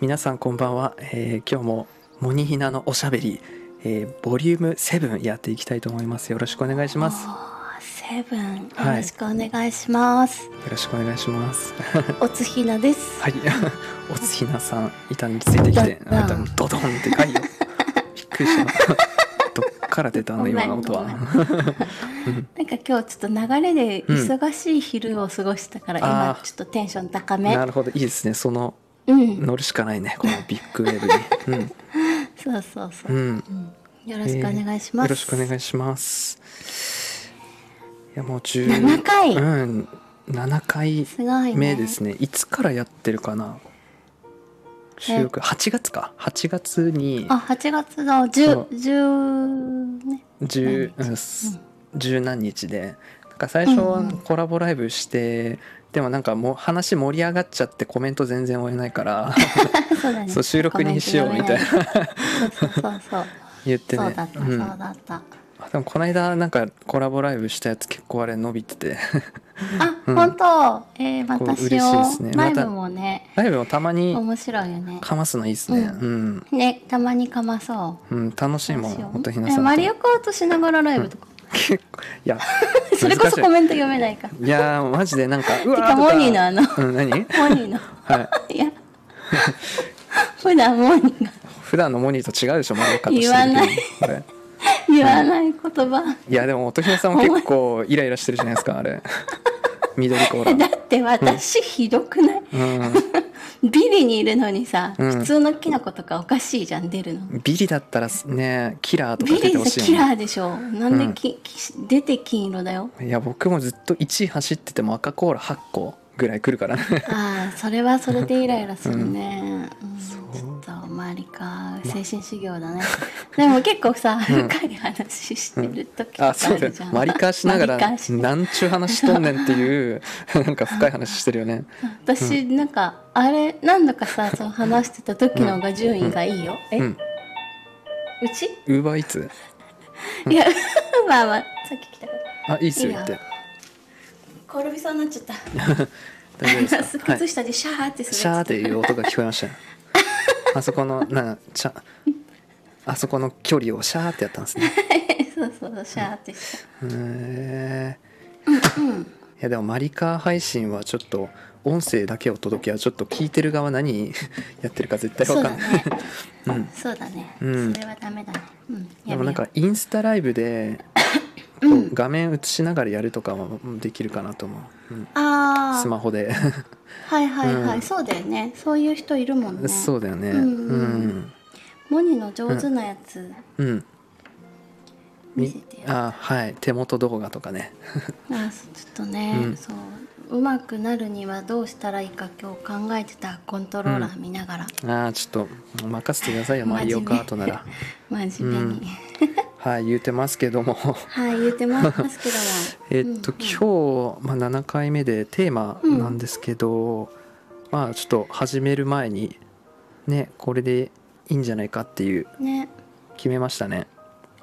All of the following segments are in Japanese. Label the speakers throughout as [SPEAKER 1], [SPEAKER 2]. [SPEAKER 1] 皆さんこんばんは、えー今日もモニヒナのおしゃべり、えーボリューム7やっていきたいと思いますよろしくお願いしますよ
[SPEAKER 2] あーセブン、
[SPEAKER 1] はい
[SPEAKER 2] よろしくお願いします。
[SPEAKER 1] ろしくお願いします
[SPEAKER 2] おつひなです。
[SPEAKER 1] はい おつひなさん板についてきて
[SPEAKER 2] ドドン
[SPEAKER 1] あ多分ドドンってかいよびっくりした どっから出たんだ今の音は
[SPEAKER 2] ごめん ごなんか今日ちょっと流れで忙しい昼を過ごしたから、
[SPEAKER 1] うんあ
[SPEAKER 2] 今
[SPEAKER 1] ー
[SPEAKER 2] ちょっとテンション高め
[SPEAKER 1] な。るほどいいですねその
[SPEAKER 2] うん、
[SPEAKER 1] 乗るしかないねこのビッグウェーブに
[SPEAKER 2] そうそうそう
[SPEAKER 1] う。ん、うん
[SPEAKER 2] よろしくお願いします。
[SPEAKER 1] よろしくお願いします。いやもう10
[SPEAKER 2] 7回
[SPEAKER 1] うん、7回
[SPEAKER 2] すごいね。
[SPEAKER 1] 目ですね。いつからやってるかな。収録8月か。8月に
[SPEAKER 2] あ、8月の
[SPEAKER 1] そ
[SPEAKER 2] 10
[SPEAKER 1] う、
[SPEAKER 2] 10ね。
[SPEAKER 1] 10
[SPEAKER 2] 何日
[SPEAKER 1] うんす十何日で、なんか最初はコラボライブして。でもなんかもう話盛り上がっちゃってコメント全然追えないから
[SPEAKER 2] そうだね。
[SPEAKER 1] そう収録にしようみたいな
[SPEAKER 2] コメント読めない。そ うそうそうそう。
[SPEAKER 1] 言ってね
[SPEAKER 2] そうだった、
[SPEAKER 1] う
[SPEAKER 2] そうんだった。
[SPEAKER 1] あでもこの間なんかコラボライブしたやつ結構あれ伸びてて
[SPEAKER 2] あ、
[SPEAKER 1] うん
[SPEAKER 2] 本当。えー、
[SPEAKER 1] こう
[SPEAKER 2] 私
[SPEAKER 1] 嬉しいです
[SPEAKER 2] を、
[SPEAKER 1] ね
[SPEAKER 2] ライ
[SPEAKER 1] また
[SPEAKER 2] ブもね、
[SPEAKER 1] ライブもたまに
[SPEAKER 2] 面白いよね。
[SPEAKER 1] かますのいいですね。
[SPEAKER 2] う
[SPEAKER 1] うん。
[SPEAKER 2] ね、たまにかまそう。
[SPEAKER 1] うん、楽しいもん、
[SPEAKER 2] どうしよう
[SPEAKER 1] 本当ひなさん
[SPEAKER 2] え
[SPEAKER 1] と。
[SPEAKER 2] マリオカートしながらライブとか、、
[SPEAKER 1] 結構、いや
[SPEAKER 2] それこそコ
[SPEAKER 1] 難し
[SPEAKER 2] メント読めないからて
[SPEAKER 1] い。いやー、マジでなん か、うわー
[SPEAKER 2] か
[SPEAKER 1] と
[SPEAKER 2] モニーのあのモ
[SPEAKER 1] うん、何
[SPEAKER 2] ニーの
[SPEAKER 1] はい。
[SPEAKER 2] いや普段モニーが
[SPEAKER 1] 普段のモニーと違うでしょ、マリオカートしてる時
[SPEAKER 2] 言わない
[SPEAKER 1] これ
[SPEAKER 2] 言わない言葉
[SPEAKER 1] いや、でも、音ひなさんも結構イライラしてるじゃないですか、あ れ。緑コーラ
[SPEAKER 2] え。だって私ひどくない、
[SPEAKER 1] う
[SPEAKER 2] ビリにいるのにさ、
[SPEAKER 1] うん
[SPEAKER 2] 普通のキノコとかおかしいじゃん出るの
[SPEAKER 1] ん。ビリだったらね、キラーとか
[SPEAKER 2] ビ
[SPEAKER 1] 出
[SPEAKER 2] リ
[SPEAKER 1] て
[SPEAKER 2] さ
[SPEAKER 1] ほし
[SPEAKER 2] キ
[SPEAKER 1] いよ
[SPEAKER 2] ラ
[SPEAKER 1] ね。
[SPEAKER 2] ーでしょなんでき、き出て金色だよ
[SPEAKER 1] いや、僕もずっと1位走ってても赤コーラ8個ぐらい来るからね。
[SPEAKER 2] ああそれはそれでイライラするね、うんちょっと周りか精神修行だね、でも結構さ深い話してる時とか
[SPEAKER 1] あ、
[SPEAKER 2] あ
[SPEAKER 1] そうだ
[SPEAKER 2] る
[SPEAKER 1] よ
[SPEAKER 2] じゃん、。
[SPEAKER 1] マリカーしながら、
[SPEAKER 2] マリカーし
[SPEAKER 1] なんちゅう話しとんねんって いう、なんか深い話してるよね。
[SPEAKER 2] 私なんかあれ何度かさそう話してた時の方が順位がいいよ、え、
[SPEAKER 1] う
[SPEAKER 2] うんち、
[SPEAKER 1] ウーバーイーツ
[SPEAKER 2] いや まあまあさっき来たから
[SPEAKER 1] あ、いいっすよ、言って。
[SPEAKER 2] 転びそうになっちゃった
[SPEAKER 1] 大丈夫です か。はい
[SPEAKER 2] 靴。下でシャーって滑ってた
[SPEAKER 1] シャーっていう音が聞こえましたよ。あそこの、なんか、ちゃ。あそこの距離をシャーってやったんですね。
[SPEAKER 2] そうそうそうシャーってした
[SPEAKER 1] へえ。いや、でも、マリカー配信はちょっと。音声だけを届けはちょっと聞いてる側何 やってるか絶対
[SPEAKER 2] そ
[SPEAKER 1] わ
[SPEAKER 2] う
[SPEAKER 1] か
[SPEAKER 2] だ
[SPEAKER 1] んない、
[SPEAKER 2] ね、そうだね、
[SPEAKER 1] うん
[SPEAKER 2] それはダメだね、うん、
[SPEAKER 1] で
[SPEAKER 2] やめよう
[SPEAKER 1] もなんかインスタライブでこう画面映しながらやるとかもできるかなと思う、うん
[SPEAKER 2] ああ
[SPEAKER 1] スマホで
[SPEAKER 2] はいはいはい、
[SPEAKER 1] うん
[SPEAKER 2] そうだよねそういう人いるもん ね
[SPEAKER 1] そうだよねう
[SPEAKER 2] うんんうんモニの上手なやつ
[SPEAKER 1] うん、
[SPEAKER 2] 見せてよ、
[SPEAKER 1] あはい手元動画とかね
[SPEAKER 2] ああそうちょっとね、
[SPEAKER 1] うん
[SPEAKER 2] そううまくなるにはどうしたらいいか今日考えてたコントローラー見ながら、
[SPEAKER 1] あーちょっと任せてくださいよマリオカートなら
[SPEAKER 2] 真面目に、
[SPEAKER 1] はい言うてますけど も
[SPEAKER 2] はい言ってますけども
[SPEAKER 1] えっと、今日、まあ、7回目でテーマなんですけど、まあちょっと始める前にねこれでいいんじゃないかっていう
[SPEAKER 2] ね
[SPEAKER 1] 決めましたね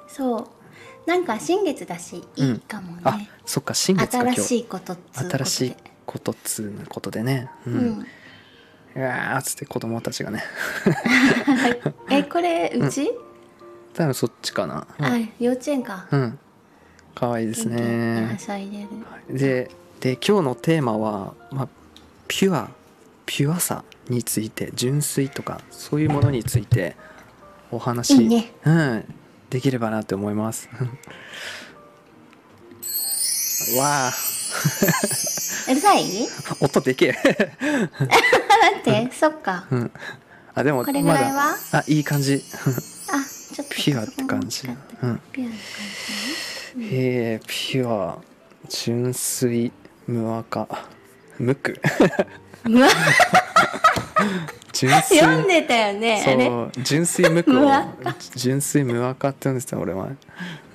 [SPEAKER 2] そうなんか新月だしいいかも
[SPEAKER 1] あ
[SPEAKER 2] ね、
[SPEAKER 1] そっか新月か今
[SPEAKER 2] 新
[SPEAKER 1] 日
[SPEAKER 2] しいことっつうことで
[SPEAKER 1] 新しいことっつうことでねう、
[SPEAKER 2] うんん、
[SPEAKER 1] うわーっつって子供たちがね
[SPEAKER 2] えこれうち、
[SPEAKER 1] 多分そっちかな
[SPEAKER 2] あ幼稚園か、
[SPEAKER 1] うん可愛いです
[SPEAKER 2] 元気には
[SPEAKER 1] ね
[SPEAKER 2] しゃいでる
[SPEAKER 1] でで今日のテーマは、まあ、ピュアピュアさについて純粋とかそういうものについてお話
[SPEAKER 2] いいね
[SPEAKER 1] うん、できればなって思います わあ
[SPEAKER 2] うるさい
[SPEAKER 1] 音でけえ
[SPEAKER 2] 待ってそっか
[SPEAKER 1] あでも
[SPEAKER 2] これぐらいは
[SPEAKER 1] まだあいい感じ
[SPEAKER 2] あちょっと
[SPEAKER 1] ピュアって感じ、うん、
[SPEAKER 2] ピュア
[SPEAKER 1] へえピュア純粋無垢無垢
[SPEAKER 2] 無垢
[SPEAKER 1] 純粋
[SPEAKER 2] 読んでたよねあれ
[SPEAKER 1] そう純粋無垢
[SPEAKER 2] 無
[SPEAKER 1] を
[SPEAKER 2] 垢
[SPEAKER 1] 純粋無垢って言うんですよ俺は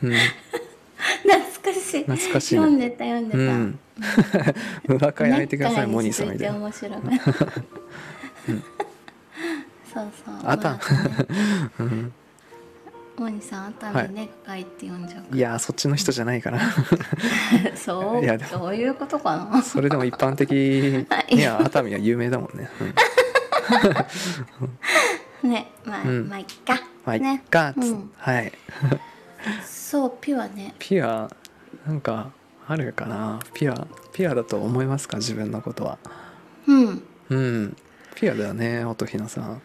[SPEAKER 1] うん
[SPEAKER 2] 懐かしい
[SPEAKER 1] 懐かしいね
[SPEAKER 2] 読んでた読んでた、
[SPEAKER 1] う
[SPEAKER 2] ね
[SPEAKER 1] ん 無垢やめてくださいモニーさんみたいな
[SPEAKER 2] 面白い、そうそう
[SPEAKER 1] あた
[SPEAKER 2] まあね大西さん熱海ね、深いって呼んじゃうか
[SPEAKER 1] いやーそっちの人じゃ ないかな
[SPEAKER 2] らそう
[SPEAKER 1] いやでも
[SPEAKER 2] そういうことかな
[SPEAKER 1] それでも一般的
[SPEAKER 2] はい
[SPEAKER 1] いや熱海は有名だもん ね、うん
[SPEAKER 2] ねまあ、
[SPEAKER 1] うん
[SPEAKER 2] まあいっか、
[SPEAKER 1] まあいっ
[SPEAKER 2] ね
[SPEAKER 1] かっつ
[SPEAKER 2] うん
[SPEAKER 1] はい
[SPEAKER 2] そうピュアね
[SPEAKER 1] ピュアなんかあるかなピュアピュアだと思いますか自分のことは
[SPEAKER 2] うん
[SPEAKER 1] うんピュアだよね音ひなさん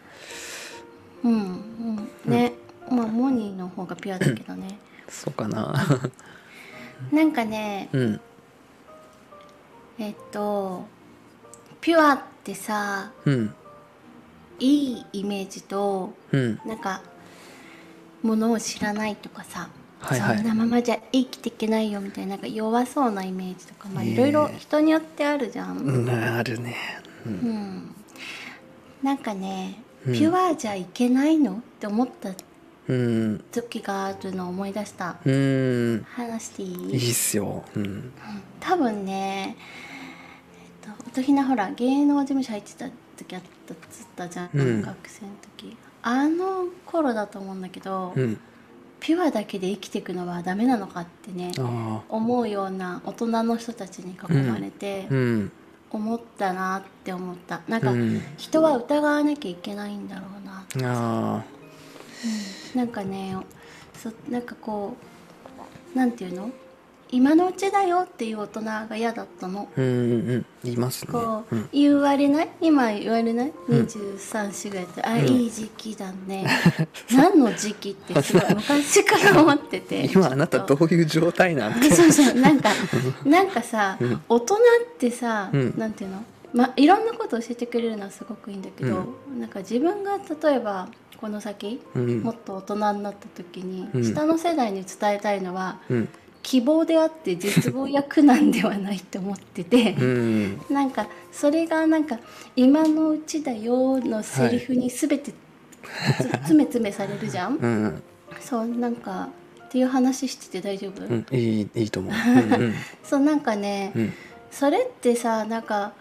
[SPEAKER 2] うんうんね、まあモニーの方がピュアだけどね
[SPEAKER 1] そうかな
[SPEAKER 2] なんかね
[SPEAKER 1] うん
[SPEAKER 2] えっとピュアってさ
[SPEAKER 1] うん
[SPEAKER 2] いいイメージと
[SPEAKER 1] うん
[SPEAKER 2] なんかものを知らないとかさ、
[SPEAKER 1] はいはい
[SPEAKER 2] そんなままじゃ生きていけないよみたいななんか弱そうなイメージとか、まあ、
[SPEAKER 1] ねえ
[SPEAKER 2] いろいろ人によってあるじゃん、
[SPEAKER 1] うんあるねうん
[SPEAKER 2] うんなんかね、
[SPEAKER 1] うん
[SPEAKER 2] ピュアじゃいけないのって思った
[SPEAKER 1] うん
[SPEAKER 2] 時があるのを思い出した
[SPEAKER 1] うん
[SPEAKER 2] 話してい
[SPEAKER 1] い
[SPEAKER 2] い
[SPEAKER 1] いっすようん
[SPEAKER 2] 多分ねえっと音ひなほら芸能事務所入ってた時あったっつったじゃん、
[SPEAKER 1] うん
[SPEAKER 2] 学生の時あの頃だと思うんだけど、
[SPEAKER 1] うん
[SPEAKER 2] ピュアだけで生きていくのはダメなのかってね
[SPEAKER 1] あ
[SPEAKER 2] 思うような大人の人たちに囲まれて
[SPEAKER 1] あうん
[SPEAKER 2] 思ったなって思ったなん
[SPEAKER 1] う
[SPEAKER 2] か
[SPEAKER 1] ん
[SPEAKER 2] 人は疑わなきゃいけないんだろうな
[SPEAKER 1] あ
[SPEAKER 2] なんかねそなんかこうなんていうの今のうちだよっていう大人が嫌だったの
[SPEAKER 1] あうんうんいますね
[SPEAKER 2] こう、
[SPEAKER 1] うん
[SPEAKER 2] 言われない今言われない
[SPEAKER 1] うん
[SPEAKER 2] 23歳ぐらいって、あ
[SPEAKER 1] うん
[SPEAKER 2] いい時期だね 何の時期ってすごい昔から思ってて
[SPEAKER 1] 今あなたどういう状態なんて
[SPEAKER 2] そうそうなんかなんかさ、
[SPEAKER 1] ん
[SPEAKER 2] 大人ってさ、
[SPEAKER 1] うん
[SPEAKER 2] なんていうの、ま、いろんなこと教えてくれるのはすごくいいんだけど、なんか自分が例えばこの先、
[SPEAKER 1] うん
[SPEAKER 2] もっと大人になった時に、
[SPEAKER 1] うん
[SPEAKER 2] 下の世代に伝えたいのは
[SPEAKER 1] うん
[SPEAKER 2] 希望であって実望や苦難ではないと思ってて。
[SPEAKER 1] うん
[SPEAKER 2] なんかそれがなんか「今のうちだよ」のセリフに全てつ、つめつめされるじゃん
[SPEAKER 1] うん
[SPEAKER 2] そうなんかっていう話してて大丈夫、
[SPEAKER 1] うんいいいいと思ううん
[SPEAKER 2] そうなんかね、
[SPEAKER 1] うん
[SPEAKER 2] それってさなんか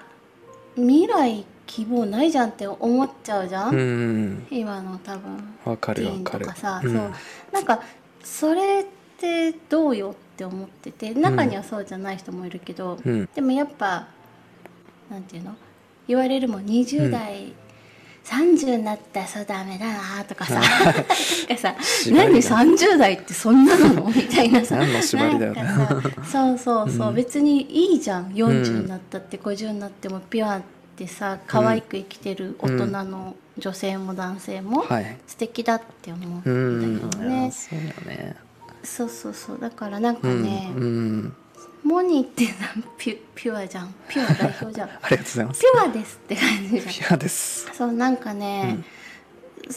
[SPEAKER 2] 未来希望ないじゃんって思っちゃうじゃ、
[SPEAKER 1] うんん
[SPEAKER 2] 今の多分
[SPEAKER 1] わか
[SPEAKER 2] テ
[SPEAKER 1] る
[SPEAKER 2] ィ
[SPEAKER 1] わ
[SPEAKER 2] ーン
[SPEAKER 1] か
[SPEAKER 2] と
[SPEAKER 1] る
[SPEAKER 2] かさ、
[SPEAKER 1] うん
[SPEAKER 2] そうなんかそれってどうよって思ってて中にはそうじゃない人もいるけど、
[SPEAKER 1] うん
[SPEAKER 2] でもやっぱなんていうの言われるもん20代、30になったらそうダメだなとかさなんかさ
[SPEAKER 1] 縛り
[SPEAKER 2] 何
[SPEAKER 1] だ
[SPEAKER 2] 30代ってそんなな のみたいなさ
[SPEAKER 1] 何の縛りだよね
[SPEAKER 2] なんかさそうそうそう、別にいいじゃん
[SPEAKER 1] うん
[SPEAKER 2] 40になったって50になってもピュアってさ可愛く生きてる大人の女性も男性も
[SPEAKER 1] はい
[SPEAKER 2] 素敵だって思うんだ
[SPEAKER 1] う
[SPEAKER 2] けど
[SPEAKER 1] ん
[SPEAKER 2] ね、
[SPEAKER 1] そうだよね
[SPEAKER 2] そうそうそうだからなんか
[SPEAKER 1] うん
[SPEAKER 2] ね、
[SPEAKER 1] うん
[SPEAKER 2] モニーってなんピュピュアじゃんピュア代表じ ゃんピ
[SPEAKER 1] ありがとうございます
[SPEAKER 2] ュアですって感じじゃん
[SPEAKER 1] ピュアです
[SPEAKER 2] そうなんかね、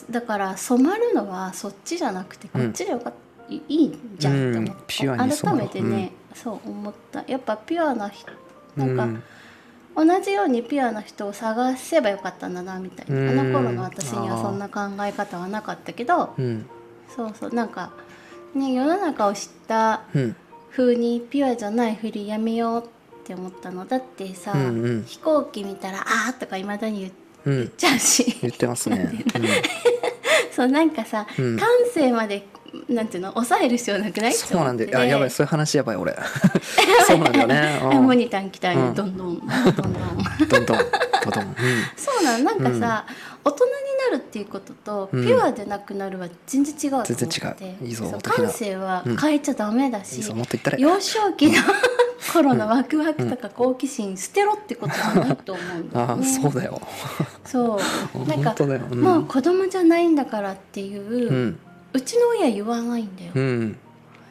[SPEAKER 2] だから染まるのはそっちじゃなくてこっちでよかっいいいじゃんって思
[SPEAKER 1] うん
[SPEAKER 2] っ
[SPEAKER 1] ピュ
[SPEAKER 2] た、
[SPEAKER 1] アに染
[SPEAKER 2] 改
[SPEAKER 1] まる
[SPEAKER 2] めてね、そう思ったやっぱピュアな人なんか、
[SPEAKER 1] うん
[SPEAKER 2] 同じようにピュアな人を探せばよかったんだなみたいな、
[SPEAKER 1] うん
[SPEAKER 2] あの頃の私にはそんな考え方はなかったけど、
[SPEAKER 1] うん
[SPEAKER 2] そうそうなんか、ね、世の中を知った
[SPEAKER 1] うん
[SPEAKER 2] 風にピュアじゃないふりやめようって思ったのだってさ、
[SPEAKER 1] うんうん
[SPEAKER 2] 飛行機見たら「あー」とかいまだに言っ
[SPEAKER 1] うん
[SPEAKER 2] ちゃうし。
[SPEAKER 1] 言ってます ね
[SPEAKER 2] そうなんかさ、
[SPEAKER 1] うん
[SPEAKER 2] 感性までなんていうの抑える必要なく
[SPEAKER 1] う
[SPEAKER 2] ない
[SPEAKER 1] んそうなんであやばいそういう話やばい 俺
[SPEAKER 2] い
[SPEAKER 1] そうなんだよねうん
[SPEAKER 2] モニター来た
[SPEAKER 1] うん
[SPEAKER 2] よどんどんどんどん
[SPEAKER 1] どんどんどんどんうん
[SPEAKER 2] そうなんなんかさ、大人になるっていうことと、
[SPEAKER 1] うん
[SPEAKER 2] ピュアでなくなるは全然違うと思って
[SPEAKER 1] 全然違ういいぞ
[SPEAKER 2] そう
[SPEAKER 1] 的な
[SPEAKER 2] 感性は変えちゃダメだ
[SPEAKER 1] いい
[SPEAKER 2] し、
[SPEAKER 1] ぞもっと言ったれ
[SPEAKER 2] 幼少期の 頃のワクワクとか好奇心捨てろってことじゃないと思うんだよ
[SPEAKER 1] あ
[SPEAKER 2] ね
[SPEAKER 1] あそうだよ
[SPEAKER 2] そうなん
[SPEAKER 1] 本
[SPEAKER 2] か
[SPEAKER 1] 当だようん
[SPEAKER 2] もう子供じゃないんだからっていう、
[SPEAKER 1] う
[SPEAKER 2] うんちの親言わないんだよ
[SPEAKER 1] うん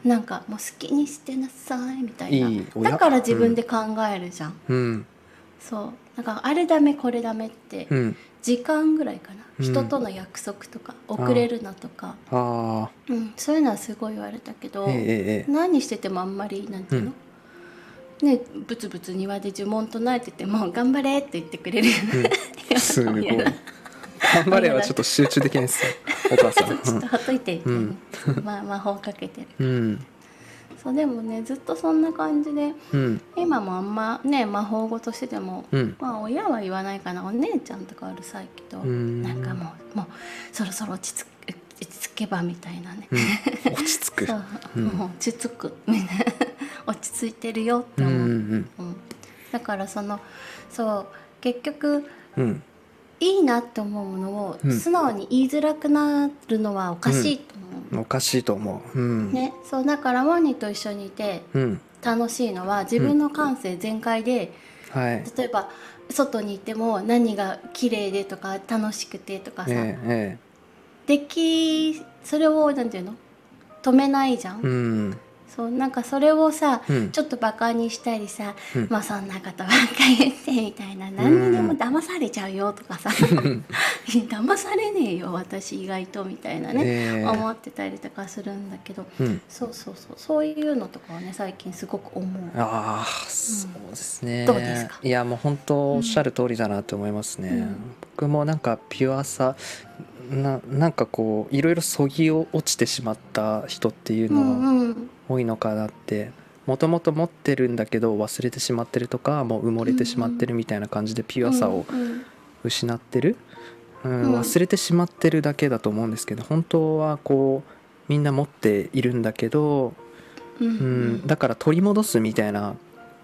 [SPEAKER 2] なんかもう好きにしてなさいみたいない
[SPEAKER 1] い親
[SPEAKER 2] だから自分で考えるじゃん、
[SPEAKER 1] うん
[SPEAKER 2] そうなんかあれダメこれダメって、
[SPEAKER 1] うん
[SPEAKER 2] 時間ぐらいかな、
[SPEAKER 1] うん
[SPEAKER 2] 人との約束とか遅れるなとか、
[SPEAKER 1] あ
[SPEAKER 2] うん、そういうのはすごい言われたけど、
[SPEAKER 1] あええええ
[SPEAKER 2] 何しててもあんまりなんていうの、ねブツブツ庭で呪文唱えてても「頑張れ!」って言ってくれる、
[SPEAKER 1] すごい
[SPEAKER 2] や
[SPEAKER 1] 頑張れはちょっと集中できないですよお母さ
[SPEAKER 2] ちょっ
[SPEAKER 1] ん
[SPEAKER 2] とほっといてみたいな、まあ魔法かけてる
[SPEAKER 1] うん
[SPEAKER 2] そうでもねずっとそんな感じで
[SPEAKER 1] うん
[SPEAKER 2] 今もあんまね魔法語としてでも、
[SPEAKER 1] うん
[SPEAKER 2] まあ親は言わないかなお姉ちゃんとかうるさいけど
[SPEAKER 1] うん
[SPEAKER 2] なんかもうもうそろそろ落ち着くち着けばみたいなね、
[SPEAKER 1] うん落ち着く
[SPEAKER 2] そう、
[SPEAKER 1] うん
[SPEAKER 2] もう落ち着くみたいな落ち着いてるよって
[SPEAKER 1] うん
[SPEAKER 2] 思
[SPEAKER 1] う
[SPEAKER 2] う、
[SPEAKER 1] ん
[SPEAKER 2] うんだからそのそう結局
[SPEAKER 1] うん
[SPEAKER 2] いいなって思うものを
[SPEAKER 1] うん
[SPEAKER 2] 素直に言いづらくなるのはおかしいと思
[SPEAKER 1] う
[SPEAKER 2] う、
[SPEAKER 1] んおかしいと思ううん
[SPEAKER 2] ね、そうだからワニと一緒にいて
[SPEAKER 1] うん
[SPEAKER 2] 楽しいのは自分の感性全開で、
[SPEAKER 1] はい
[SPEAKER 2] 例えば外にいても何が綺麗でとか楽しくてとかさ、
[SPEAKER 1] えええ
[SPEAKER 2] できそれをなんていうの止めないじゃん、
[SPEAKER 1] えうん
[SPEAKER 2] そうなんかそれをさ、
[SPEAKER 1] うん
[SPEAKER 2] ちょっとバカにしたりさ、
[SPEAKER 1] うん
[SPEAKER 2] まあそんなことばっか言ってみたいな何にでも騙されちゃうよとかさ 騙されねえよ私意外とみたいなね、
[SPEAKER 1] ええ
[SPEAKER 2] 思ってたりとかするんだけど、
[SPEAKER 1] うん
[SPEAKER 2] そうそうそうそういうのとかはね最近すごく思う。
[SPEAKER 1] ああそうですね、
[SPEAKER 2] どうですか
[SPEAKER 1] いやもう本当おっしゃる通りだなと思いますね、
[SPEAKER 2] うん
[SPEAKER 1] 僕もなんかピュアさななんかこういろいろそぎを落ちてしまった人っていう
[SPEAKER 2] う
[SPEAKER 1] のは
[SPEAKER 2] んうん
[SPEAKER 1] 多いのかなってもともと持ってるんだけど忘れてしまってるとかもう埋もれてしまってるみたいな感じでピュアさを
[SPEAKER 2] うんうん
[SPEAKER 1] 失ってる、うん
[SPEAKER 2] うん
[SPEAKER 1] 忘れてしまってるだけだと思うんですけど本当はこうみんな持っているんだけど
[SPEAKER 2] うん
[SPEAKER 1] う
[SPEAKER 2] うん
[SPEAKER 1] ん、だから取り戻すみたいな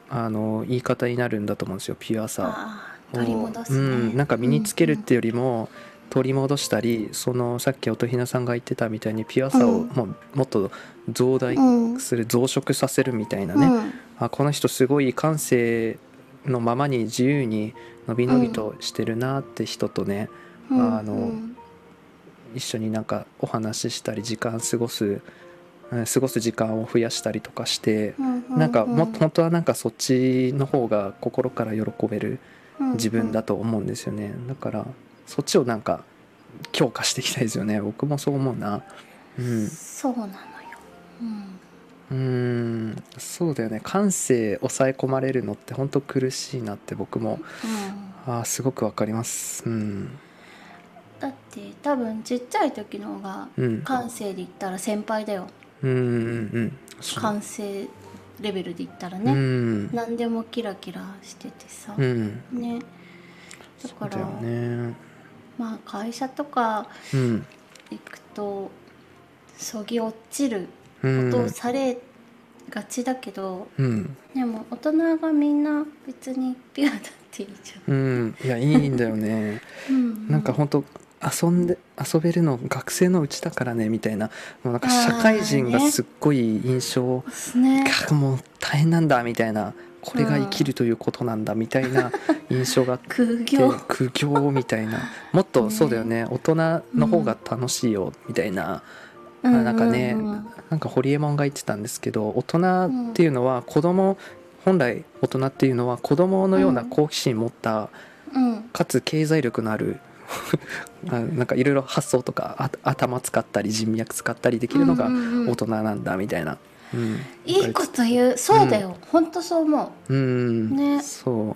[SPEAKER 1] あの言い方になるんだと思うんですよピュアさ
[SPEAKER 2] ああ
[SPEAKER 1] を
[SPEAKER 2] 取り戻す、
[SPEAKER 1] う
[SPEAKER 2] ね
[SPEAKER 1] ん、なんか身につけるっていうよりも取り戻したりそのさっき音ひなさんが言ってたみたいにピュアさを
[SPEAKER 2] うん
[SPEAKER 1] もうもっと増大
[SPEAKER 2] うん
[SPEAKER 1] する増殖させるみたいな
[SPEAKER 2] う
[SPEAKER 1] ね
[SPEAKER 2] ん
[SPEAKER 1] あこの人すごい感性のままに自由にのびのびとしてるなって人とね
[SPEAKER 2] うん
[SPEAKER 1] あの
[SPEAKER 2] うん
[SPEAKER 1] 一緒になんかお話ししたり時間過ごすうん過ごす時間を増やしたりとかして
[SPEAKER 2] うんうん
[SPEAKER 1] なんかもっと本当はなんかそっちの方が心から喜べる自分だと思うんですよねだからそっちをなんか強化していきたいですよね僕もそう思うなうん
[SPEAKER 2] そうなのよ、うん
[SPEAKER 1] うーんそうだよね感性抑え込まれるのって本当苦しいなって僕も
[SPEAKER 2] うん、
[SPEAKER 1] あーすごくわかりますうん
[SPEAKER 2] だって多分ちっちゃい時の方が
[SPEAKER 1] うん
[SPEAKER 2] 感性で言ったら先輩だよ、
[SPEAKER 1] うんうんうんそう
[SPEAKER 2] 感性レベルで言ったら
[SPEAKER 1] う
[SPEAKER 2] ね、
[SPEAKER 1] ん
[SPEAKER 2] 何でもキラキラしててさ、
[SPEAKER 1] うん
[SPEAKER 2] ねだ
[SPEAKER 1] そ
[SPEAKER 2] か
[SPEAKER 1] うだ
[SPEAKER 2] ら
[SPEAKER 1] よね
[SPEAKER 2] まあ会社とか
[SPEAKER 1] うん
[SPEAKER 2] 行くとそぎ落ちる
[SPEAKER 1] う
[SPEAKER 2] こ
[SPEAKER 1] ん
[SPEAKER 2] とをされがちだけど、
[SPEAKER 1] うん
[SPEAKER 2] でも大人がみんな別にピュアだっていいじ
[SPEAKER 1] うんいやいいんだよね
[SPEAKER 2] ゃん。うん
[SPEAKER 1] なんか本当遊んで遊べるの学生のうちだからねみたいなもうなんか社会人が
[SPEAKER 2] あーね
[SPEAKER 1] すっごい印象、
[SPEAKER 2] ですね。
[SPEAKER 1] かもう大変なんだみたいなこれが生きるということなんだみたいな印象があって
[SPEAKER 2] 苦行。
[SPEAKER 1] 苦行みたいなもっと
[SPEAKER 2] ね
[SPEAKER 1] そうだよね大人の方が楽しいよみたいな、
[SPEAKER 2] ううう
[SPEAKER 1] なんかね、なんかホリエモンが言ってたんですけど大人っていうのは子供本来大人っていうのは子供のような好奇心持った、
[SPEAKER 2] うん。
[SPEAKER 1] かつ経済力のある あなんかいろいろ発想とかあ頭使ったり人脈使ったりできるのが
[SPEAKER 2] うんうんうん
[SPEAKER 1] 大人なんだみたいな。うん
[SPEAKER 2] いいこと言う。そうだよ。本当そう思
[SPEAKER 1] うん、
[SPEAKER 2] ね
[SPEAKER 1] そ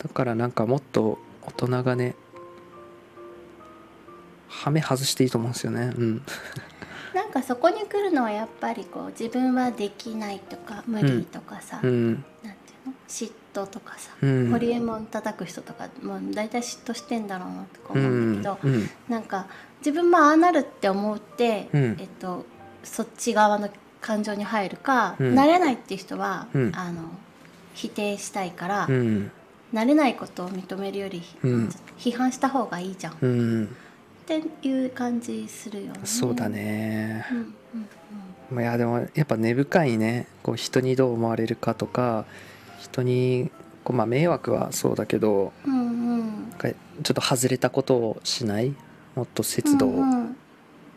[SPEAKER 1] うだからなんかもっと大人がねはめ外していいと思うんですよね。うん、
[SPEAKER 2] う。なんかそこに来るのはやっぱりこう自分はできないとか無理とかさ、
[SPEAKER 1] うん、
[SPEAKER 2] なんていうの嫉妬とかさ、
[SPEAKER 1] うん
[SPEAKER 2] ホリエモン叩く人とかもう大体嫉妬してんだろうなとか
[SPEAKER 1] う
[SPEAKER 2] 思うん
[SPEAKER 1] ん
[SPEAKER 2] だけど、
[SPEAKER 1] うん
[SPEAKER 2] なんか自分もああなるって思って、
[SPEAKER 1] うん
[SPEAKER 2] えっと、そっち側の感情に入るか、
[SPEAKER 1] うん
[SPEAKER 2] なれないっていう人は、
[SPEAKER 1] うん
[SPEAKER 2] あの否定したいから、
[SPEAKER 1] うん
[SPEAKER 2] なれないことを認めるより、
[SPEAKER 1] うん
[SPEAKER 2] 批判した方がいいじゃん、っ
[SPEAKER 1] うん、
[SPEAKER 2] ていう感じするよね。
[SPEAKER 1] そうだね
[SPEAKER 2] う。んうん
[SPEAKER 1] まあいやでもやっぱ根深いねこう人にどう思われるかとか人にこうまあ迷惑はそうだけど
[SPEAKER 2] うんうん
[SPEAKER 1] なんかちょっと外れたことをしないもっと節度を
[SPEAKER 2] うんうん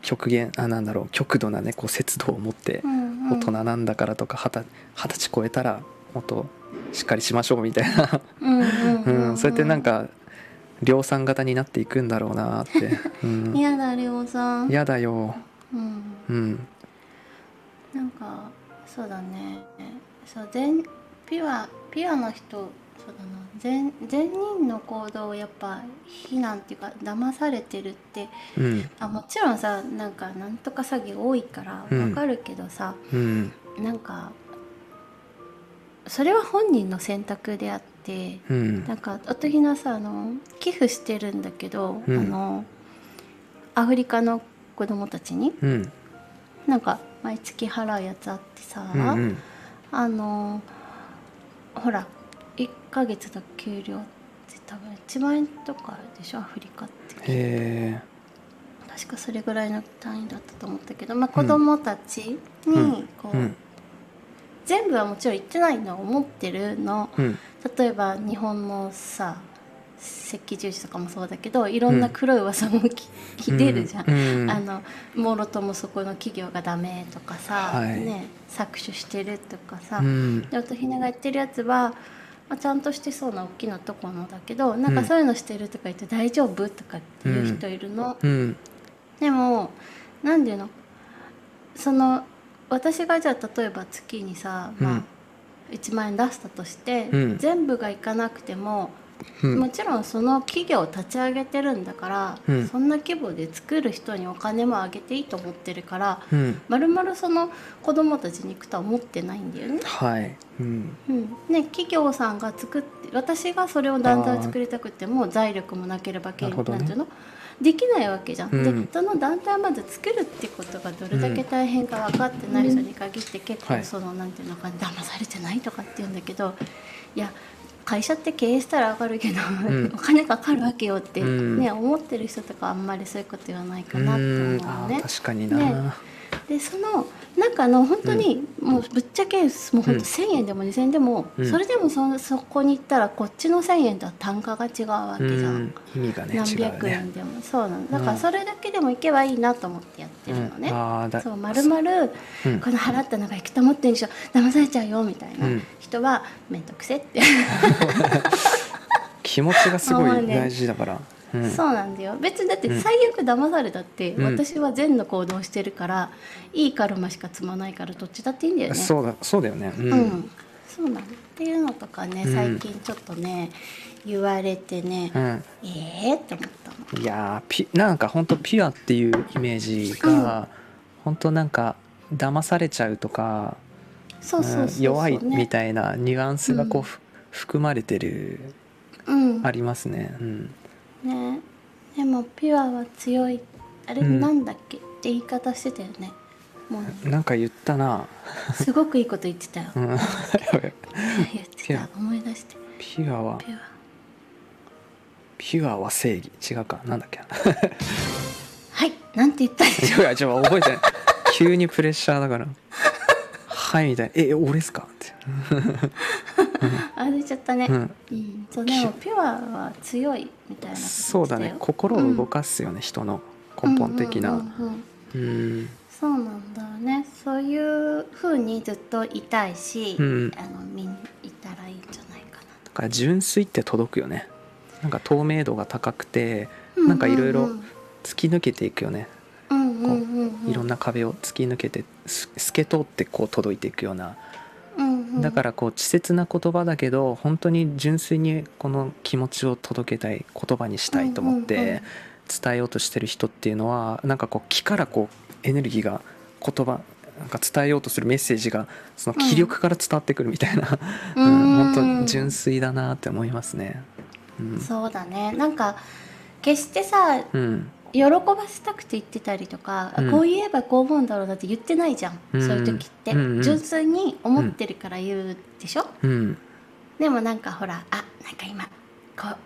[SPEAKER 1] 極限あなんだろう極度なねこう節度を持って
[SPEAKER 2] うんう
[SPEAKER 1] 大
[SPEAKER 2] ん
[SPEAKER 1] 人なんだからとか二十二十歳超えたらもっとしっかりしましょうみたいな、
[SPEAKER 2] うん
[SPEAKER 1] う
[SPEAKER 2] うんんうん
[SPEAKER 1] そうやってなんか量産型になっていくんだろうな って、うん、
[SPEAKER 2] 嫌だりょうさん
[SPEAKER 1] やだよ、
[SPEAKER 2] うん
[SPEAKER 1] うん、
[SPEAKER 2] なんかそうだねそう全ピュアピュアの人そうだな全全人の行動をやっぱ非難っていうか騙されてるって
[SPEAKER 1] うん
[SPEAKER 2] あもちろんさなんかなんとか詐欺多いから
[SPEAKER 1] うん
[SPEAKER 2] わかるけどさ、
[SPEAKER 1] うん
[SPEAKER 2] なんかそれは本人の選択であって
[SPEAKER 1] うん
[SPEAKER 2] なんか音ひなさあの寄付してるんだけど、
[SPEAKER 1] うん
[SPEAKER 2] あのアフリカの子供たちに
[SPEAKER 1] うん
[SPEAKER 2] なんか毎月払うやつあってさ、
[SPEAKER 1] うんうん
[SPEAKER 2] あのーほら1ヶ月の給料って多分1万円とかでしょアフリカって
[SPEAKER 1] へ
[SPEAKER 2] 確かそれぐらいの単位だったと思ったけど、まあ、子供たちにこ
[SPEAKER 1] え
[SPEAKER 2] う、
[SPEAKER 1] うん
[SPEAKER 2] 全部はもちろん行ってないのは思ってるの
[SPEAKER 1] うん
[SPEAKER 2] 例えば日本のさ赤十字とかもそうだけどいろんな黒い噂もき、出るじゃん
[SPEAKER 1] う。ん
[SPEAKER 2] あのもろともそこの企業がダメとかさ、
[SPEAKER 1] はい
[SPEAKER 2] ね、搾取してるとかさ、
[SPEAKER 1] うん
[SPEAKER 2] で音ひなが言ってるやつは、まあ、ちゃんとしてそうな大きなとこのだけどなん
[SPEAKER 1] う
[SPEAKER 2] か
[SPEAKER 1] ん
[SPEAKER 2] そういうのしてるとか言って大丈夫とかっていう人いるの、
[SPEAKER 1] うん
[SPEAKER 2] でも何ていうのその私がじゃあ例えば月にさ、まあ
[SPEAKER 1] うん
[SPEAKER 2] 1万円出したとして、
[SPEAKER 1] うん
[SPEAKER 2] 全部がいかなくても、
[SPEAKER 1] うん
[SPEAKER 2] もちろんその企業を立ち上げてるんだから、
[SPEAKER 1] うん
[SPEAKER 2] そんな規模で作る人にお金もあげていいと思ってるから
[SPEAKER 1] うん
[SPEAKER 2] まるまるその子供たちに行くとは思ってないんだよね。
[SPEAKER 1] はいうん
[SPEAKER 2] うんね、企業さんが作って私がそれをだんだん作りたくても財力もなければ経
[SPEAKER 1] なるほどね
[SPEAKER 2] なんていうのできないわけじゃん、
[SPEAKER 1] うん
[SPEAKER 2] でその団体をまず作るってことがどれだけ大変か分かってない人に限って結
[SPEAKER 1] は
[SPEAKER 2] 構
[SPEAKER 1] い
[SPEAKER 2] その、なんていうのか騙されてないとかって言うんだけどいや会社って経営したら上がるけど、
[SPEAKER 1] ん
[SPEAKER 2] お金かかるわけよって、
[SPEAKER 1] うん
[SPEAKER 2] ね、思ってる人とかはあんまりそういうこと言わないか
[SPEAKER 1] う
[SPEAKER 2] なって思うんの
[SPEAKER 1] あ
[SPEAKER 2] ね
[SPEAKER 1] ー。確かにな
[SPEAKER 2] でその中の本当にもうぶっちゃけもう本当
[SPEAKER 1] うん
[SPEAKER 2] 1,000円でも2,000円でも、
[SPEAKER 1] うん
[SPEAKER 2] それでもそそこに行ったらこっちの1,000円とは単価が違うわ
[SPEAKER 1] う
[SPEAKER 2] けじゃん、
[SPEAKER 1] ん意味がね
[SPEAKER 2] 何
[SPEAKER 1] 違う
[SPEAKER 2] 百
[SPEAKER 1] ね
[SPEAKER 2] 円でも、そうなのだか
[SPEAKER 1] う
[SPEAKER 2] ら
[SPEAKER 1] ん
[SPEAKER 2] それだけでも行けばいいなと思ってやってるのね、
[SPEAKER 1] うんあーだ
[SPEAKER 2] そうまるまる
[SPEAKER 1] うん
[SPEAKER 2] この払ったのが行くと思ってんでしょ騙されちゃうよみたいな
[SPEAKER 1] うん
[SPEAKER 2] 人は面倒くせって、
[SPEAKER 1] 気持ちがすご
[SPEAKER 2] まあ
[SPEAKER 1] い
[SPEAKER 2] ね
[SPEAKER 1] 大事だからうん
[SPEAKER 2] そうなんだよ別にだって
[SPEAKER 1] うん
[SPEAKER 2] 最悪騙されたって、
[SPEAKER 1] うん
[SPEAKER 2] 私は善の行動してるからいいカルマしか積まないからどっちだっていいんだよね
[SPEAKER 1] そうだそうだよねう
[SPEAKER 2] うんん、そうなのっていうのとかね
[SPEAKER 1] うん
[SPEAKER 2] 最近ちょっとね、言われてね、
[SPEAKER 1] うん
[SPEAKER 2] ええー、って思ったの。
[SPEAKER 1] いやーピなんか本当ピュアっていうイメージが、ほん、本当なんか騙されちゃうとか
[SPEAKER 2] そうそうそうそう、
[SPEAKER 1] うん弱いみ
[SPEAKER 2] た
[SPEAKER 1] たいなニュアンスがこう、
[SPEAKER 2] うん
[SPEAKER 1] ふ含まれてる
[SPEAKER 2] いうん
[SPEAKER 1] ありますね。うん、
[SPEAKER 2] ねでもピュアは強いあれ
[SPEAKER 1] うん
[SPEAKER 2] なんだっけ、って言い方してたよねもう
[SPEAKER 1] なんか言ったな。
[SPEAKER 2] すごくいいこと言ってたよ
[SPEAKER 1] うん
[SPEAKER 2] 言って
[SPEAKER 1] ピュア
[SPEAKER 2] た思い出して
[SPEAKER 1] ピュアは
[SPEAKER 2] ピュア
[SPEAKER 1] ピュアは正義違うかなんだっけな。
[SPEAKER 2] はいなんて言ったでしょ
[SPEAKER 1] いやちょっと覚えてない。急にプレッシャーだから。はいみたいな。え俺っすかって。
[SPEAKER 2] あれちゃったね
[SPEAKER 1] う、ん、
[SPEAKER 2] うんそうでもピュアは強いみたいなこと言ってたよ
[SPEAKER 1] そうだね。心を動かすよね、人の根本的な。
[SPEAKER 2] うんうんうんうん
[SPEAKER 1] うん
[SPEAKER 2] そうなんだよねそういう風にずっといたいし、
[SPEAKER 1] うん
[SPEAKER 2] あのみんいたらいいんじゃないか
[SPEAKER 1] だから純粋って届くよねなんか透明度が高くて
[SPEAKER 2] な
[SPEAKER 1] なんかいろいろ
[SPEAKER 2] うん
[SPEAKER 1] 突き抜けていくよね
[SPEAKER 2] うんうんうん
[SPEAKER 1] いろんな壁を突き抜けてす透け通ってこう届いていくような
[SPEAKER 2] うんうん
[SPEAKER 1] だからこう稚拙な言葉だけど本当に純粋にこの気持ちを届けたい言葉にしたいと思っ
[SPEAKER 2] うんうんうん
[SPEAKER 1] て伝えようとしてる人っていうのはなんかこう木からこうエネルギーが言葉なんか伝えようとするメッセージがその気力から伝わってくるみたいな、
[SPEAKER 2] う
[SPEAKER 1] うんん、本当純粋だなって思いますね。うん
[SPEAKER 2] そうだねなんか決してさ
[SPEAKER 1] うん
[SPEAKER 2] 喜ばせたくて言ってたりとか、あ
[SPEAKER 1] うん
[SPEAKER 2] こう言えばこう思うんだろうなって言ってないじゃん、
[SPEAKER 1] うん
[SPEAKER 2] そういう時って、
[SPEAKER 1] うんうん
[SPEAKER 2] 純粋に思ってるから言うでしょ、
[SPEAKER 1] うん
[SPEAKER 2] でもなんかほらあなんか今こうなんか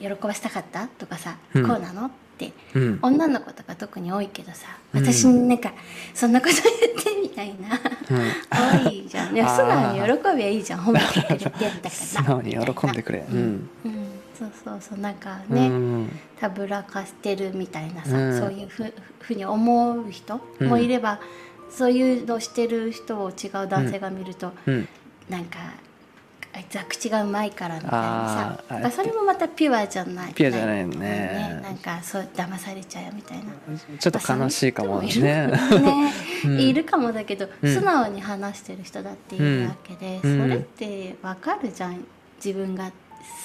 [SPEAKER 2] 喜ばせたかったとかさ、
[SPEAKER 1] うん
[SPEAKER 2] こうなのって
[SPEAKER 1] うん、
[SPEAKER 2] 女の子とか特に多いけどさ
[SPEAKER 1] うん
[SPEAKER 2] 私になんかそんなこと言ってみたい な
[SPEAKER 1] うん
[SPEAKER 2] 多いじゃんいや
[SPEAKER 1] あー
[SPEAKER 2] 素直に喜びゃいいじゃん褒めてくれてんだから
[SPEAKER 1] 素直に喜んでく れ。う
[SPEAKER 2] うんん、うんそうそうそうなんか
[SPEAKER 1] う
[SPEAKER 2] ね、
[SPEAKER 1] ん
[SPEAKER 2] たぶらかしてるみたいなさ、
[SPEAKER 1] うん
[SPEAKER 2] そういうふふうに思う人もいれば、そういうのしてる人を違う男性が見ると、
[SPEAKER 1] うん
[SPEAKER 2] なんかあいつは口がうまいからみたいなさ
[SPEAKER 1] あー
[SPEAKER 2] だからそれもまたピュアじゃない
[SPEAKER 1] ピュアじゃないよね
[SPEAKER 2] なんかそう騙されちゃうみたいな
[SPEAKER 1] ちょっと悲しいかも
[SPEAKER 2] まあ
[SPEAKER 1] ね。
[SPEAKER 2] そういう人 もいるね
[SPEAKER 1] うん
[SPEAKER 2] いるかもだけど、
[SPEAKER 1] うん
[SPEAKER 2] 素直に話してる人だっているわけで、
[SPEAKER 1] うん
[SPEAKER 2] それってわかるじゃん自分が